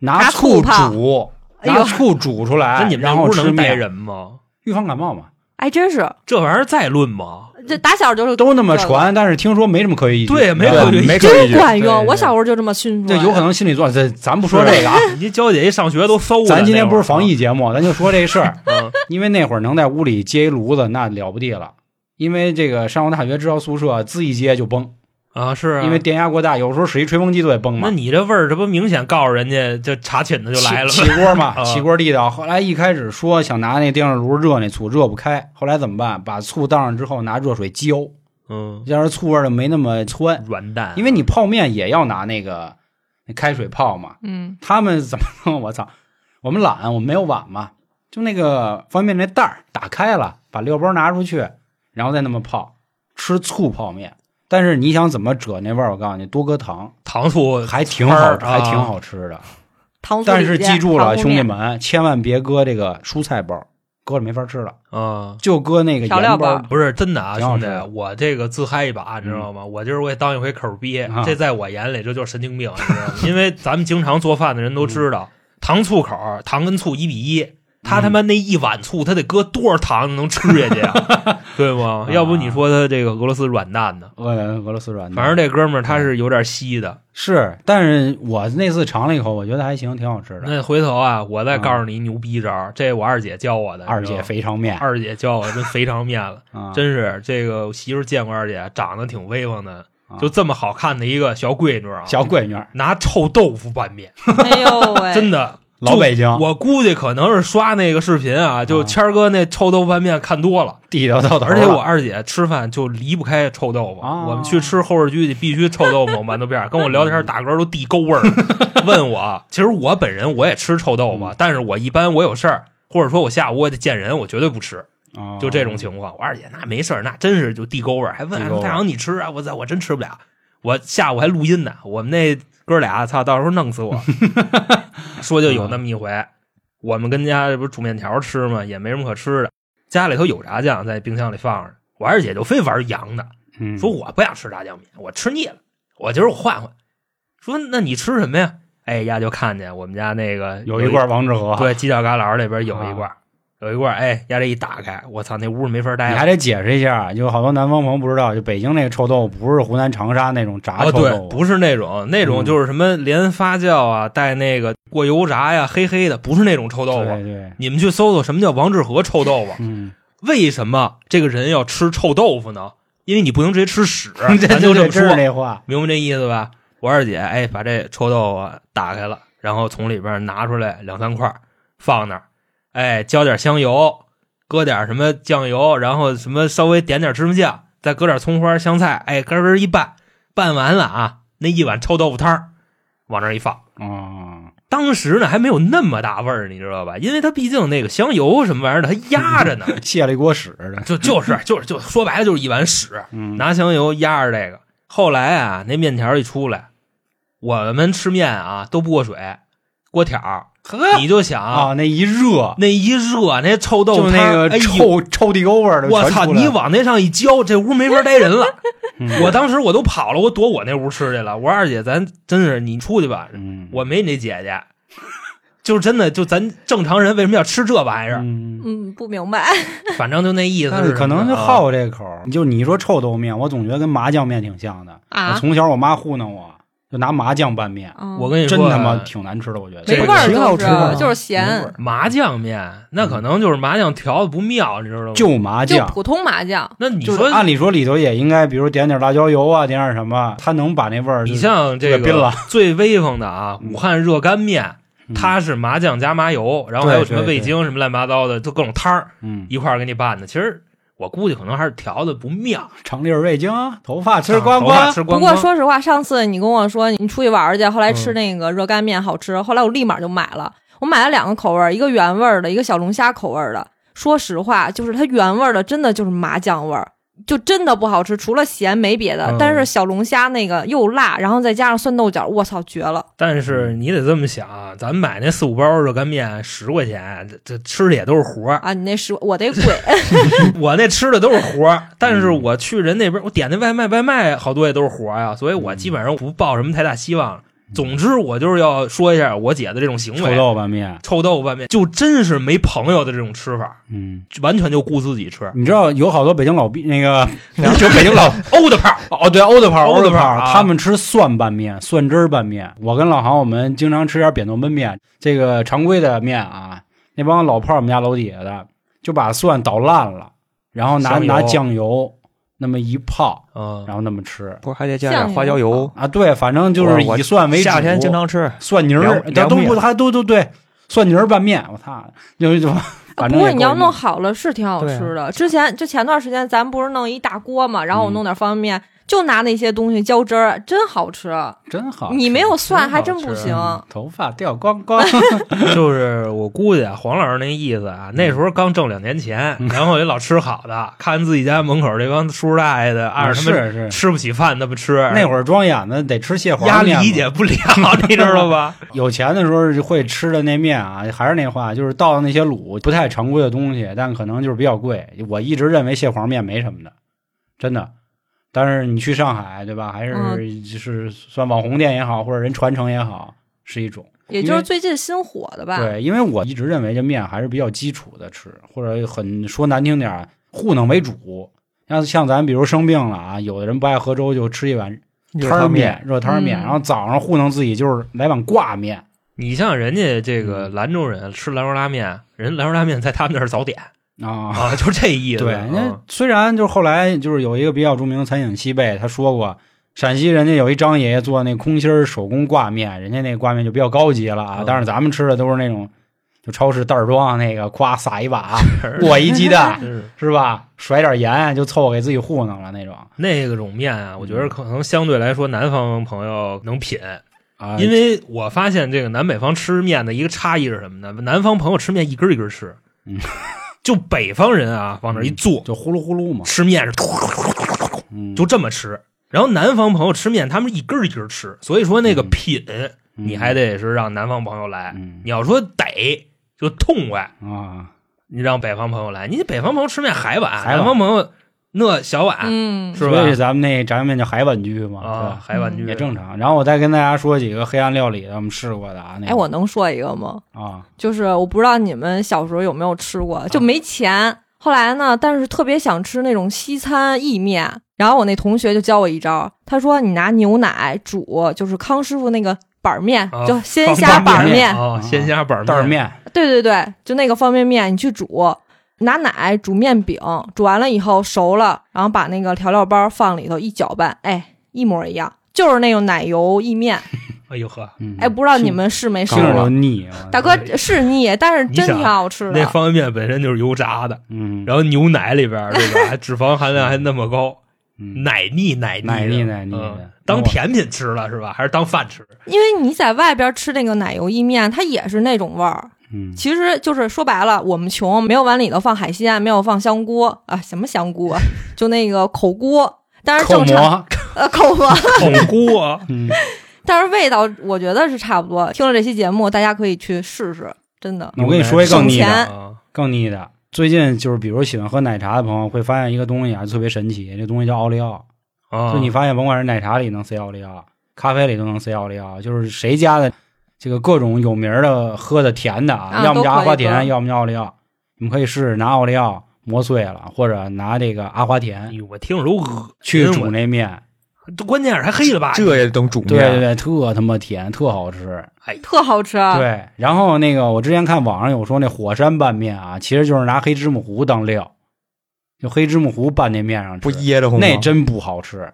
Speaker 2: 拿
Speaker 4: 拿
Speaker 2: 醋
Speaker 4: 醋泡
Speaker 2: 煮，
Speaker 4: 哎
Speaker 2: 拿
Speaker 4: 呦，
Speaker 2: 醋煮出来，
Speaker 3: 那你们
Speaker 2: 然
Speaker 3: 这
Speaker 2: 后
Speaker 3: 屋
Speaker 2: 吃
Speaker 3: 能待
Speaker 2: 面，
Speaker 3: 人吗？
Speaker 2: 预防感冒嘛，
Speaker 4: 哎，真是
Speaker 3: 这玩意儿再论吗？
Speaker 4: 这打小就是
Speaker 2: 都那么传，但是听说没什么科学依据，
Speaker 3: 对没
Speaker 2: 吧
Speaker 3: 科学依据
Speaker 5: 没
Speaker 4: 真
Speaker 5: 据
Speaker 4: 管
Speaker 3: 对
Speaker 4: 用。
Speaker 3: 对
Speaker 4: 我小时候就这么熏出
Speaker 2: 这
Speaker 4: 来，
Speaker 2: 有可能心理作用，这咱不说这
Speaker 3: (laughs)
Speaker 2: 个啊。
Speaker 3: 你娇姐一上学都馊了。
Speaker 2: 咱今天
Speaker 3: 那
Speaker 2: 不
Speaker 3: 会儿
Speaker 2: 是防疫节目，咱就说这事儿。
Speaker 3: 嗯
Speaker 2: (laughs) 因为那会儿能在屋里接一炉子，那了不地了。因为这个上过大学知道宿舍，滋一接就崩，
Speaker 3: 啊，是啊
Speaker 2: 因为电压过大，有时候使一吹风机都得崩
Speaker 3: 那
Speaker 2: 嘛。
Speaker 3: 你这味儿，这不明显告诉人家就查寝的就来了
Speaker 2: 起起锅嘛，
Speaker 3: (laughs) 啊
Speaker 2: 起锅地道。后来一开始说想拿那电热炉热那醋，热不开。后来怎么办？把醋倒上之后拿热水浇，
Speaker 3: 嗯，
Speaker 2: 要是醋味儿的没那么窜，
Speaker 3: 软蛋，
Speaker 2: 因为你泡面也要拿那个那开水泡嘛。
Speaker 4: 嗯
Speaker 2: 他们怎么弄？ (laughs) 我操，我们懒，我们没有碗嘛，就那个方便面那袋儿打开了，把料包拿出去，然后再那么泡，吃醋泡面。但是你想怎么褶那味儿？我告诉你，多搁糖，
Speaker 3: 糖醋
Speaker 2: 还挺好，
Speaker 3: 丝儿啊
Speaker 2: 还挺好吃的。
Speaker 4: 糖醋
Speaker 2: 但
Speaker 4: 里
Speaker 2: 是
Speaker 4: 脊
Speaker 2: 记住
Speaker 4: 糖
Speaker 2: 了，
Speaker 4: 醋
Speaker 2: 兄弟
Speaker 4: 面
Speaker 2: 们，啊千万别搁这个蔬菜包，搁了没法吃了，
Speaker 3: 啊。
Speaker 2: 就搁那个
Speaker 4: 调料
Speaker 2: 盐
Speaker 4: 包
Speaker 2: 包。
Speaker 3: 不是真的啊，
Speaker 2: 挺好
Speaker 3: 兄
Speaker 2: 吃嗯
Speaker 3: 弟，我这个自嗨一把，你知道吗？我今儿我也当一回口儿逼
Speaker 2: 啊，
Speaker 3: 这在我眼里这就是神经病，你知道吗？因为咱们经常做饭的人都
Speaker 2: 嗯
Speaker 3: 知道，糖醋口儿糖跟醋一比一，
Speaker 2: 嗯
Speaker 3: 他他妈那一碗醋，他得搁多少糖能吃下去啊？
Speaker 2: (laughs)
Speaker 3: 对吗？
Speaker 2: 啊
Speaker 3: 要不你说他这个俄罗斯软蛋呢？
Speaker 2: 俄呃俄罗斯软的，
Speaker 3: 反正这哥们儿他是有点稀的。
Speaker 2: 是，但是我那次尝了一口，我觉得还行，挺好吃的。
Speaker 3: 那回头啊，我再告诉你一牛逼招儿，这我二姐教我的。
Speaker 2: 嗯二
Speaker 3: 你知道
Speaker 2: 姐
Speaker 3: 吗，
Speaker 2: 肥肠面，
Speaker 3: 二姐教我这肥肠面了。
Speaker 2: 啊，
Speaker 3: 真是这个我媳妇儿见过二姐，长得挺威风的
Speaker 2: 啊，
Speaker 3: 就这么好看的一个小闺女啊，
Speaker 2: 小闺女儿，
Speaker 3: 拿臭豆腐拌面，
Speaker 2: (laughs)
Speaker 4: 哎呦喂，
Speaker 3: 真的。
Speaker 2: 老北京，
Speaker 3: 我估计可能是刷那个视频啊，就谦儿哥那臭豆腐拌面看多了，
Speaker 2: 地道到头了。
Speaker 3: 而且我二姐吃饭就离不开臭豆腐。
Speaker 2: 啊嗯
Speaker 3: 我们去吃后市居，必须臭豆腐馒头片儿，跟我聊天打嗝都地沟味儿。问我，其实我本人我也吃臭豆腐
Speaker 2: 嗯，
Speaker 3: 但是我一般我有事儿，或者说我下午我得见人，我绝对不吃。
Speaker 2: 哦
Speaker 3: 就这种情况。我二姐那没事儿，那真是就地沟味儿，还问
Speaker 2: 地
Speaker 3: 哎
Speaker 2: 沟味儿
Speaker 3: 大王你吃啊？我操，我真吃不了。我下午还录音呢，我们那哥俩操，到时候弄死
Speaker 2: (laughs)
Speaker 3: 我。说就有
Speaker 2: 嗯
Speaker 3: 那么一回，我们跟家这不是煮面条吃嘛，也没什么可吃的，家里头有炸酱在冰箱里放着，我二姐就非玩洋的，
Speaker 2: 嗯
Speaker 3: 说我不想吃炸酱面，我吃腻了，我今儿我换换。说那你吃什么呀？哎呀，就看见我们家那个
Speaker 2: 有一罐王致和，，
Speaker 3: 对，犄角旮旯里边有一罐，有一罐，哎，呀，这一打开，我操，那屋没法待
Speaker 2: 你
Speaker 3: 了
Speaker 2: 还。得解释一下，啊就好多南方朋友不知道，就北京那个臭豆腐不是湖南长沙那种炸
Speaker 3: 哦，
Speaker 2: 臭豆
Speaker 3: 对
Speaker 2: 腐，，
Speaker 3: 不是那种，那种就是什么连发酵啊，带那个过油炸呀，黑黑的，不是那种臭
Speaker 2: 对
Speaker 3: 豆腐。
Speaker 2: 对，
Speaker 3: 你们去搜搜什么叫王致和臭豆 (laughs) 腐？
Speaker 2: 嗯，，
Speaker 3: 为什么这个人要吃臭豆腐呢？因为你不能直接吃屎
Speaker 2: (laughs) 这
Speaker 3: 咱就 (laughs) 这么
Speaker 2: 真是
Speaker 3: 说，
Speaker 2: 那话，
Speaker 3: 明白这意思吧？我二姐哎，把这臭豆腐打开了，然后从里边拿出来两三块，放那儿，哎，浇点香油，搁点什么酱油，然后什么稍微点点芝麻酱，再搁点葱花、香菜，哎，咯咯一拌，拌完了啊，那一碗臭豆腐汤儿往那儿一放。 (laughs)
Speaker 2: 啊，
Speaker 3: 当时呢还没有那么大味儿，你知道吧？因为它毕竟那个香油什么玩意儿的，它压着呢， (laughs)
Speaker 2: 泄了一锅屎的，
Speaker 3: 就就是就是就说白了就是一碗屎，
Speaker 2: 嗯，
Speaker 3: 拿香油压着这个。后来啊，那面条一出来，我们吃面啊都不过水，锅挑儿，你就想
Speaker 2: 啊，那一热，
Speaker 3: 那一热，那臭豆
Speaker 2: 就
Speaker 3: 腐汤
Speaker 2: 那个
Speaker 3: 哎呦
Speaker 2: 臭臭地沟味儿的，
Speaker 3: 我操！你往那上一浇，这屋没法待人
Speaker 2: (laughs)
Speaker 3: 了。我
Speaker 2: 我，
Speaker 3: 当时我都跑了，我躲我那屋吃去了。我说二姐，咱真是你出去吧，
Speaker 2: 嗯，
Speaker 3: 我没你这姐姐。就真的，就咱正常人为什么要吃这玩意儿？
Speaker 2: 嗯。
Speaker 4: 嗯不明白，
Speaker 3: 反正就那意思
Speaker 2: 但
Speaker 3: 是什么
Speaker 2: 是
Speaker 3: 呢，
Speaker 2: 可能就
Speaker 3: 啊
Speaker 2: 好这口儿，就你说臭豆腐面，我总觉得跟麻酱面挺像的。
Speaker 4: 啊
Speaker 2: 我从小我妈糊弄我，就拿麻酱拌面，
Speaker 4: 嗯
Speaker 3: 我跟你说
Speaker 2: 真
Speaker 3: 啊，
Speaker 2: 他妈挺难吃的，我觉得。
Speaker 3: 这
Speaker 4: 没
Speaker 3: 个
Speaker 4: 味儿
Speaker 2: 挺好
Speaker 4: 就
Speaker 2: 吃的
Speaker 4: 是就是咸，
Speaker 3: 麻酱面，那
Speaker 2: 嗯
Speaker 3: 可能就是麻酱调的不妙，你知道吗？
Speaker 2: 就麻
Speaker 4: 就
Speaker 2: 酱。
Speaker 4: 普通麻酱，
Speaker 3: 那你
Speaker 2: 就是
Speaker 3: 说，
Speaker 2: 按理说里头也应该，比如点点辣椒油啊，点点什么，它能把那味儿就
Speaker 3: 你
Speaker 2: 是。
Speaker 3: 像这
Speaker 2: 有点冰
Speaker 3: 个
Speaker 2: 了
Speaker 3: 最威风的啊，
Speaker 2: 嗯
Speaker 3: 武汉热干面，
Speaker 2: 嗯
Speaker 3: 它是麻酱加麻油，然后还有什么味精什么乱七八糟的，就各种汤儿
Speaker 2: 嗯，
Speaker 3: 一块儿给你拌的。其实我估计可能还是调的不妙，
Speaker 2: 长粒儿味精啊，头发吃
Speaker 3: 啊
Speaker 2: 光
Speaker 3: 头发
Speaker 2: 光。
Speaker 3: 吃
Speaker 4: 不
Speaker 3: 光
Speaker 4: 过
Speaker 3: 光。
Speaker 4: 说实话，上次你跟我说你出去玩儿去，后来吃
Speaker 3: 嗯
Speaker 4: 那个热干面好吃，后来我立马就买了。我买了两个口味儿，一个原味儿的，一个小龙虾口味儿的。说实话，就是它原味儿的真的就是麻酱味儿，就真的不好吃，除了咸没别的。
Speaker 3: 嗯
Speaker 4: 但是小龙虾那个又辣，然后再加上蒜豆角，我操，绝了！
Speaker 3: 但是你得这么想啊，咱买那四五包热干面十块钱，这这吃的也都是
Speaker 2: (clears throat)
Speaker 3: 活儿。
Speaker 4: 啊，你那是我得贵，
Speaker 3: 我那吃的都是活
Speaker 2: 嗯
Speaker 3: 儿，但是我去人那边，我点那外卖，外卖好多也都是活儿呀、所以
Speaker 2: 嗯
Speaker 3: 我基本上不抱什么太大希望。总之，我就是要说一下我姐的这种行
Speaker 2: 臭
Speaker 3: 为，
Speaker 2: 豆腐面，
Speaker 3: 臭豆腐拌面就真是没朋友的这种吃法，
Speaker 2: 嗯，
Speaker 3: 完全就顾自己吃。
Speaker 2: 你知道有好多北京老逼那
Speaker 5: (laughs)
Speaker 2: 个，就北京老
Speaker 3: 欧的泡，
Speaker 2: 哦，对，欧德泡，
Speaker 3: 欧
Speaker 2: 欧
Speaker 3: 德
Speaker 2: 德
Speaker 3: 泡
Speaker 2: 泡，
Speaker 3: 啊
Speaker 2: 他们吃蒜拌面、蒜汁儿拌面。我跟老航，我们经常吃点扁豆焖面，这个常规的面啊。那帮老炮儿，我们家楼底下的就把蒜捣烂了，然后拿
Speaker 3: 香油
Speaker 2: 拿酱油那么一泡，
Speaker 3: (laughs) 嗯，
Speaker 2: 然后那么吃
Speaker 5: 不是还得加点花椒
Speaker 4: 酱油
Speaker 5: 油？
Speaker 2: 啊。对，反正就是
Speaker 5: 我我
Speaker 2: 以蒜为主。
Speaker 5: 夏天经常吃，
Speaker 2: 凉蒜泥
Speaker 5: 凉
Speaker 2: 儿，这都
Speaker 5: 凉
Speaker 2: 不，
Speaker 5: 面
Speaker 2: 还都都对，蒜泥儿拌面，我操，就就反
Speaker 4: 啊不
Speaker 2: 正
Speaker 4: 过
Speaker 2: 也
Speaker 4: 你要
Speaker 2: 够
Speaker 4: 弄好了是挺好
Speaker 5: 对啊
Speaker 4: 吃的。之前就前段时间咱不是弄一大锅嘛，然后我
Speaker 2: 嗯
Speaker 4: 弄点方便面，就拿那些东西浇汁儿，真好吃。
Speaker 2: 真好吃，
Speaker 4: 你没有蒜
Speaker 2: 好
Speaker 4: 还真不
Speaker 2: 吃
Speaker 4: 行。
Speaker 2: 嗯头发掉光光，
Speaker 3: 就是我估计啊，黄老师那意思啊，那时候刚挣两年钱，然后也老吃好的，看自己家门口这帮叔叔大爷的，按着他们
Speaker 2: 啊是是。
Speaker 3: 吃不起饭，他们吃，
Speaker 2: 那会儿装眼子得吃蟹黄
Speaker 3: 压
Speaker 2: 面嘛
Speaker 3: 理解 (laughs) 不了，你知道吧？
Speaker 2: 有钱的时候就会吃的那面啊，还是那话，就是倒的那些卤不太常规的东西，但可能就是比较贵。我一直认为蟹黄面没什么的，真的。但是你去上海，对吧？还是、就是算网红店也好，或者人传承也好，是一种。
Speaker 4: 也
Speaker 2: 因
Speaker 4: 就
Speaker 2: 为
Speaker 4: 是最近新火的吧，
Speaker 2: 对，因为我一直认为这面还是比较基础的吃，或者很说难听点儿，糊弄为主。像像咱比如生病了啊，有的人不爱喝粥，就吃一碗
Speaker 5: 热
Speaker 2: 摊儿
Speaker 5: 汤
Speaker 2: 面、热摊儿面，
Speaker 4: 嗯
Speaker 2: 然后早上糊弄自己就是来碗挂面。
Speaker 3: 你像人家这个兰州人吃兰州拉面，人兰州拉面在他们那儿早 (laughs) 点
Speaker 2: 啊， (laughs)
Speaker 3: 啊，就这意思。
Speaker 2: 对，那
Speaker 3: 嗯
Speaker 2: 虽然就是后来就是有一个比较著名的餐饮西贝，他说过，陕西人家有一张爷爷做那空心儿手工挂面，人家那挂面就比较高级了啊
Speaker 3: 嗯。
Speaker 2: 但是咱们吃的都是那种，就超市袋儿装啊那个，夸撒一把，(laughs)
Speaker 3: 是
Speaker 2: 裹一鸡蛋，
Speaker 3: 真是
Speaker 2: 是吧？甩点盐就凑合给自己糊弄了那种
Speaker 3: 那个种面啊，我觉得可能相对来说南方朋友能品，
Speaker 2: 啊。
Speaker 3: 因为我发现这个南北方吃面的一个差异是什么呢？南方朋友吃面一根一根吃
Speaker 2: 嗯，
Speaker 3: 就北方人啊往那儿一坐
Speaker 2: 就呼噜呼噜嘛，
Speaker 3: 吃面是
Speaker 2: 嗯
Speaker 3: 就这么吃。然后南方朋友吃面，他们一根一根吃，所以说那个品你还得是让南方朋友来。
Speaker 2: 嗯
Speaker 3: 你要说得就痛快，
Speaker 2: 啊，
Speaker 3: 你让北方朋友来，你北方朋友吃面海碗，
Speaker 2: 海碗
Speaker 3: 南方朋友那小碗、
Speaker 4: 嗯，
Speaker 3: 是
Speaker 2: 所以
Speaker 3: 吧？
Speaker 2: 咱们那炸酱面叫海碗居嘛，对
Speaker 3: 啊，
Speaker 2: 吧？嗯
Speaker 3: 海碗居
Speaker 2: 也正常。然后我再跟大家说几个黑暗料理的，我们试过的啊。那个
Speaker 4: 哎，我能说一个吗？
Speaker 2: 啊，
Speaker 4: 就是我不知道你们小时候有没有吃过，就没钱。后来呢，但是特别想吃那种西餐意面，然后我那同学就教我一招，他说你拿牛奶煮，就是康师傅那个板儿面，
Speaker 2: (laughs)
Speaker 3: 啊
Speaker 4: 叫鲜虾板儿
Speaker 2: 方便啊
Speaker 4: 面，
Speaker 3: 哦，鲜虾板儿
Speaker 2: 嗯袋儿面
Speaker 4: 对对对，就那个方便面，你去煮，拿奶煮面饼，煮完了以后熟了，然后把那个调料包放里头一搅拌，哎，一模一样，就是那种奶油意面。
Speaker 3: 哎呦呵，
Speaker 2: 嗯
Speaker 4: 哎，不知道你们试没试
Speaker 2: 听着就
Speaker 4: 过？
Speaker 2: 腻。
Speaker 4: 大哥
Speaker 2: 嗯
Speaker 4: 是腻，但是真挺好吃
Speaker 3: 那
Speaker 4: 的。
Speaker 3: 方便面本身就是油炸的，
Speaker 2: 嗯，
Speaker 3: 然后牛奶里边儿对
Speaker 2: (laughs)
Speaker 3: 吧，脂肪含量还那么高，
Speaker 2: 嗯
Speaker 3: 奶腻奶腻的
Speaker 2: 奶腻奶腻
Speaker 3: 嗯
Speaker 2: 的
Speaker 3: 当甜品吃了是吧？还是当
Speaker 2: (laughs)
Speaker 3: 饭吃？
Speaker 4: 因为你在外边吃那个奶油意面，它也是那种味儿。
Speaker 2: 嗯，
Speaker 4: 其实就是说白了，我们穷，没有往里头放海鲜，没有放香菇啊，什么香菇啊，就那个口菇。但是
Speaker 2: 口
Speaker 4: 正常
Speaker 2: 蘑，
Speaker 4: 呃口蘑，
Speaker 3: 恐菇啊，
Speaker 2: 嗯，
Speaker 4: 但是味道我觉得是差不多。听了这期节目，大家可以去试试，真的。
Speaker 2: 我跟你说一更腻
Speaker 4: 省钱
Speaker 2: 的，
Speaker 3: 啊
Speaker 2: 更腻的。最近就是，比如喜欢喝奶茶的朋友会发现一个东西啊，特别神奇，这东西叫奥利奥。
Speaker 3: 啊，
Speaker 2: 就你发现，甭管是奶茶里能塞奥利奥，咖啡里都能塞奥利奥，就是谁家的这个各种有名儿的喝的甜的啊，
Speaker 4: 啊
Speaker 2: 要么叫阿华
Speaker 4: 都可以
Speaker 2: 田，
Speaker 4: 喝
Speaker 2: 要么叫奥利奥。你们可以试试拿奥利奥磨碎了，或者拿这个阿华
Speaker 3: 哎
Speaker 2: 田
Speaker 3: 呦，我听着都恶
Speaker 2: 去
Speaker 3: 心
Speaker 2: 煮那面。
Speaker 3: 我都关键是还黑了吧？
Speaker 5: 这也等煮面。
Speaker 2: 对对对，特他妈甜，特好吃。
Speaker 4: 特好吃。啊
Speaker 2: 对，然后那个我之前看网上有说那火山拌面啊，其实就是拿黑芝麻糊当料，就黑芝麻糊拌那面上吃
Speaker 5: 不噎着慌吗？
Speaker 2: 那真不好吃，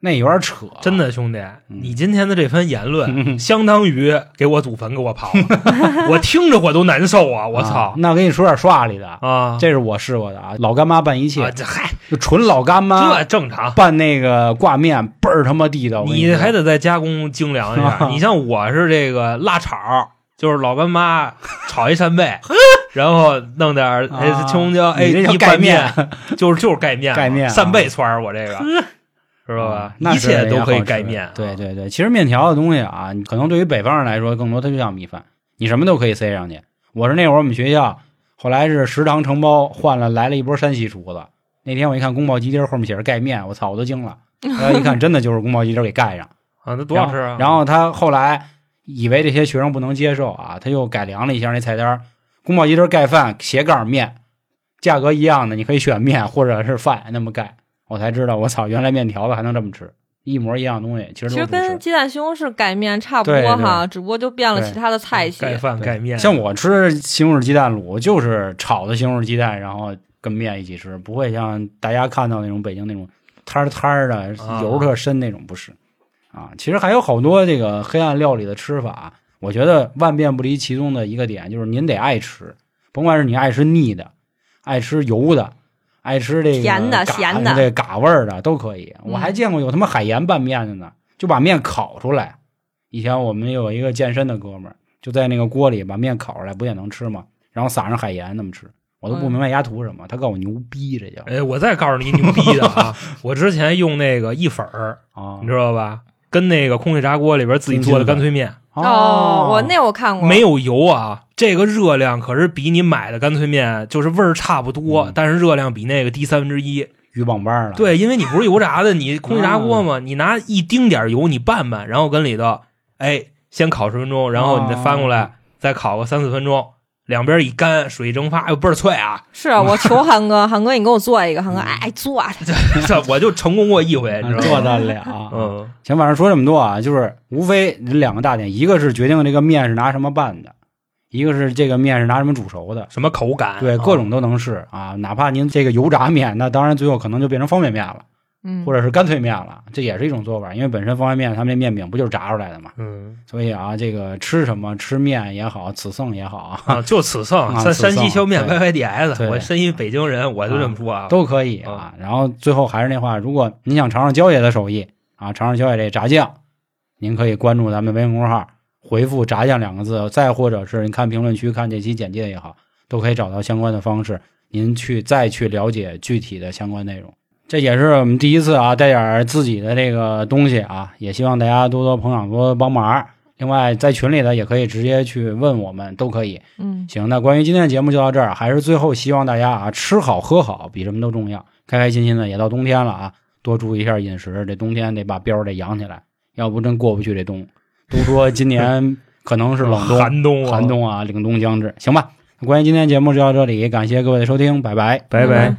Speaker 2: 那有点扯，
Speaker 3: 真。的兄弟，
Speaker 2: 嗯
Speaker 3: 你今天的这番言论，
Speaker 2: 嗯
Speaker 3: 相当于给我祖坟给我刨
Speaker 2: (laughs)
Speaker 3: 了，我听着我都难受啊！我
Speaker 2: 啊
Speaker 3: 操
Speaker 2: 那我跟你说点刷里的，
Speaker 3: 啊！
Speaker 2: 这是我试过的啊，老干妈拌一
Speaker 3: 啊
Speaker 2: 切，
Speaker 3: 这嗨，
Speaker 2: 就纯老干妈
Speaker 3: 这正常，
Speaker 2: 拌那个挂面，倍儿他妈地道。我跟
Speaker 3: 你
Speaker 2: 说
Speaker 3: 还得再加工精良
Speaker 2: (laughs)
Speaker 3: 一下。你像我是这个辣炒，就是老干妈炒一
Speaker 2: (laughs)
Speaker 3: 扇贝，然后弄点儿哎
Speaker 2: 啊
Speaker 3: 青红椒，哎
Speaker 2: 你这叫
Speaker 3: 一
Speaker 2: 盖
Speaker 3: 拌面，就是就是盖面嘛，
Speaker 2: 盖面啊嗯
Speaker 3: 扇贝串儿，我
Speaker 2: (laughs)
Speaker 3: 这个知道吧
Speaker 2: 啊？那
Speaker 3: 一
Speaker 2: 是
Speaker 3: 切
Speaker 2: 也
Speaker 3: 都可以啊
Speaker 2: 好吃
Speaker 3: 盖面，
Speaker 2: 对，对对，其实面条的东西啊，你可能对于北方人来说，更多它就像米饭，你什么都可以塞上去。我是那会儿我们学校，后来是食堂承包换了来了一波山西厨子。那天我一看宫保鸡丁后面写着盖面，我操，我都惊了。后来一看，真的就是宫保鸡丁给盖上，
Speaker 3: 啊，那多好吃
Speaker 2: 然
Speaker 3: 啊！
Speaker 2: 后 (laughs) 然后他后来以为这些学生不能接受啊，他又改良了一下那菜单儿，宫保鸡丁盖饭斜杠面，价格一样的，你可以选面或者是饭那么盖。我才知道，我操，原来面条子还能这么吃，一模一样的东西，其实
Speaker 4: 其
Speaker 2: 都
Speaker 4: 实
Speaker 2: 是
Speaker 4: 跟鸡蛋西红柿盖面差不
Speaker 2: 对
Speaker 4: 多
Speaker 2: 对
Speaker 4: 哈，只不过就变了
Speaker 2: 对嗯
Speaker 4: 其他的菜系。
Speaker 3: 盖饭盖面，
Speaker 2: 像我吃西红柿鸡蛋卤，就是炒的西红柿鸡蛋，然后跟面一起吃，不会像大家看到那种北京那种摊儿摊儿的
Speaker 3: 啊
Speaker 2: 油特深那种，不是啊。其实还有好多这个黑暗料理的吃法，我觉得万变不离其宗的一个点就是您得爱吃，甭管是你爱吃腻的，爱吃油的，爱吃这个
Speaker 4: 甜
Speaker 2: 嘎
Speaker 4: 的咸的
Speaker 2: 这嘎味儿的都可以。
Speaker 4: 嗯
Speaker 2: 我还见过有他妈海盐拌面的呢，就把面烤出来。以前我们有一个健身的哥们儿，就在那个锅里把面烤出来，不也能吃吗？然后撒上海盐那么吃，我都不
Speaker 4: 嗯
Speaker 2: 明白丫图什么。他告诉我牛逼，这叫
Speaker 3: 哎，我再告诉你牛逼
Speaker 2: (laughs)
Speaker 3: 的啊！我之前用那个意粉儿，
Speaker 2: 啊
Speaker 3: 你知道吧？跟那个空气炸锅里边自己做的干脆面，
Speaker 4: 哦，我那我看过，
Speaker 3: 没有油啊，这个热量可是比你买的干脆面就是味儿差不多
Speaker 2: 嗯，啊
Speaker 3: 但是热量比那个低三分之一。
Speaker 2: 鱼棒棒了，
Speaker 3: 对，因为你不是油炸的，你空气炸
Speaker 2: 嗯
Speaker 3: 锅嘛，你拿一丁点儿油你拌拌，然后跟里头，哎，先烤十分钟，然后你再翻过
Speaker 2: 哦
Speaker 3: 来再烤个三四分钟，两边一干，水蒸发，哎呦倍儿脆啊！ (laughs)
Speaker 4: 是啊我求韩哥，韩哥你给我做一个，韩哥哎哎做啊，
Speaker 3: 这我就成功过一回，你知道
Speaker 2: 做
Speaker 3: 吗？
Speaker 2: 得了。啊
Speaker 3: 嗯，
Speaker 2: 行，反正说这么多啊，就是无非两个大点，一个是决定这个面是拿什么拌的，一个是这个面是拿什么煮熟的，
Speaker 3: 什么口感？
Speaker 2: 对，
Speaker 4: 哦
Speaker 3: 啊
Speaker 2: 各种都能试啊。哪怕您这个油炸面，那当然最后可能就变成方便面了，
Speaker 4: 嗯，
Speaker 2: 或者是干脆面了，这也是一种做法。因为本身方便面他们那面饼不就是炸出来的嘛，
Speaker 3: 嗯
Speaker 2: 所以啊，这个吃什么吃面也好，此送也好啊，
Speaker 3: 啊，就此
Speaker 2: 啊
Speaker 3: 送山
Speaker 2: 此送
Speaker 3: 山西削面
Speaker 2: 对
Speaker 3: YYDS，
Speaker 2: 对
Speaker 3: 我身一北京人，我就这么说啊。
Speaker 2: 都可以啊。然后最后还是那话，如果您想尝尝焦爷的手艺啊，尝尝焦爷这炸酱，您可以关注咱们微信公众号，回复“炸酱”两个字，再或者是您看评论区看这期简介也好，都可以找到相关的方式，您去再去了解具体的相关内容。这也是我们第一次啊，带点儿自己的这个东西啊，也希望大家多多捧场，多多帮忙。另外，在群里的也可以直接去问我们，都可以。
Speaker 4: 嗯，
Speaker 2: 行，那关于今天的节目就到这儿，还是最后希望大家啊，吃好喝好比什么都重要，开开心心的，也到冬天了啊，多注意一下饮食，这冬天得把膘儿得养起来，要不真过不去这冬。都说今
Speaker 3: (laughs)
Speaker 2: 年可能是冷冬、
Speaker 3: 寒冬啊，
Speaker 2: 寒冬啊，凛冬将至，行吧。那关于今天节目就到这里，感谢各位的收听，拜拜。
Speaker 3: 拜拜。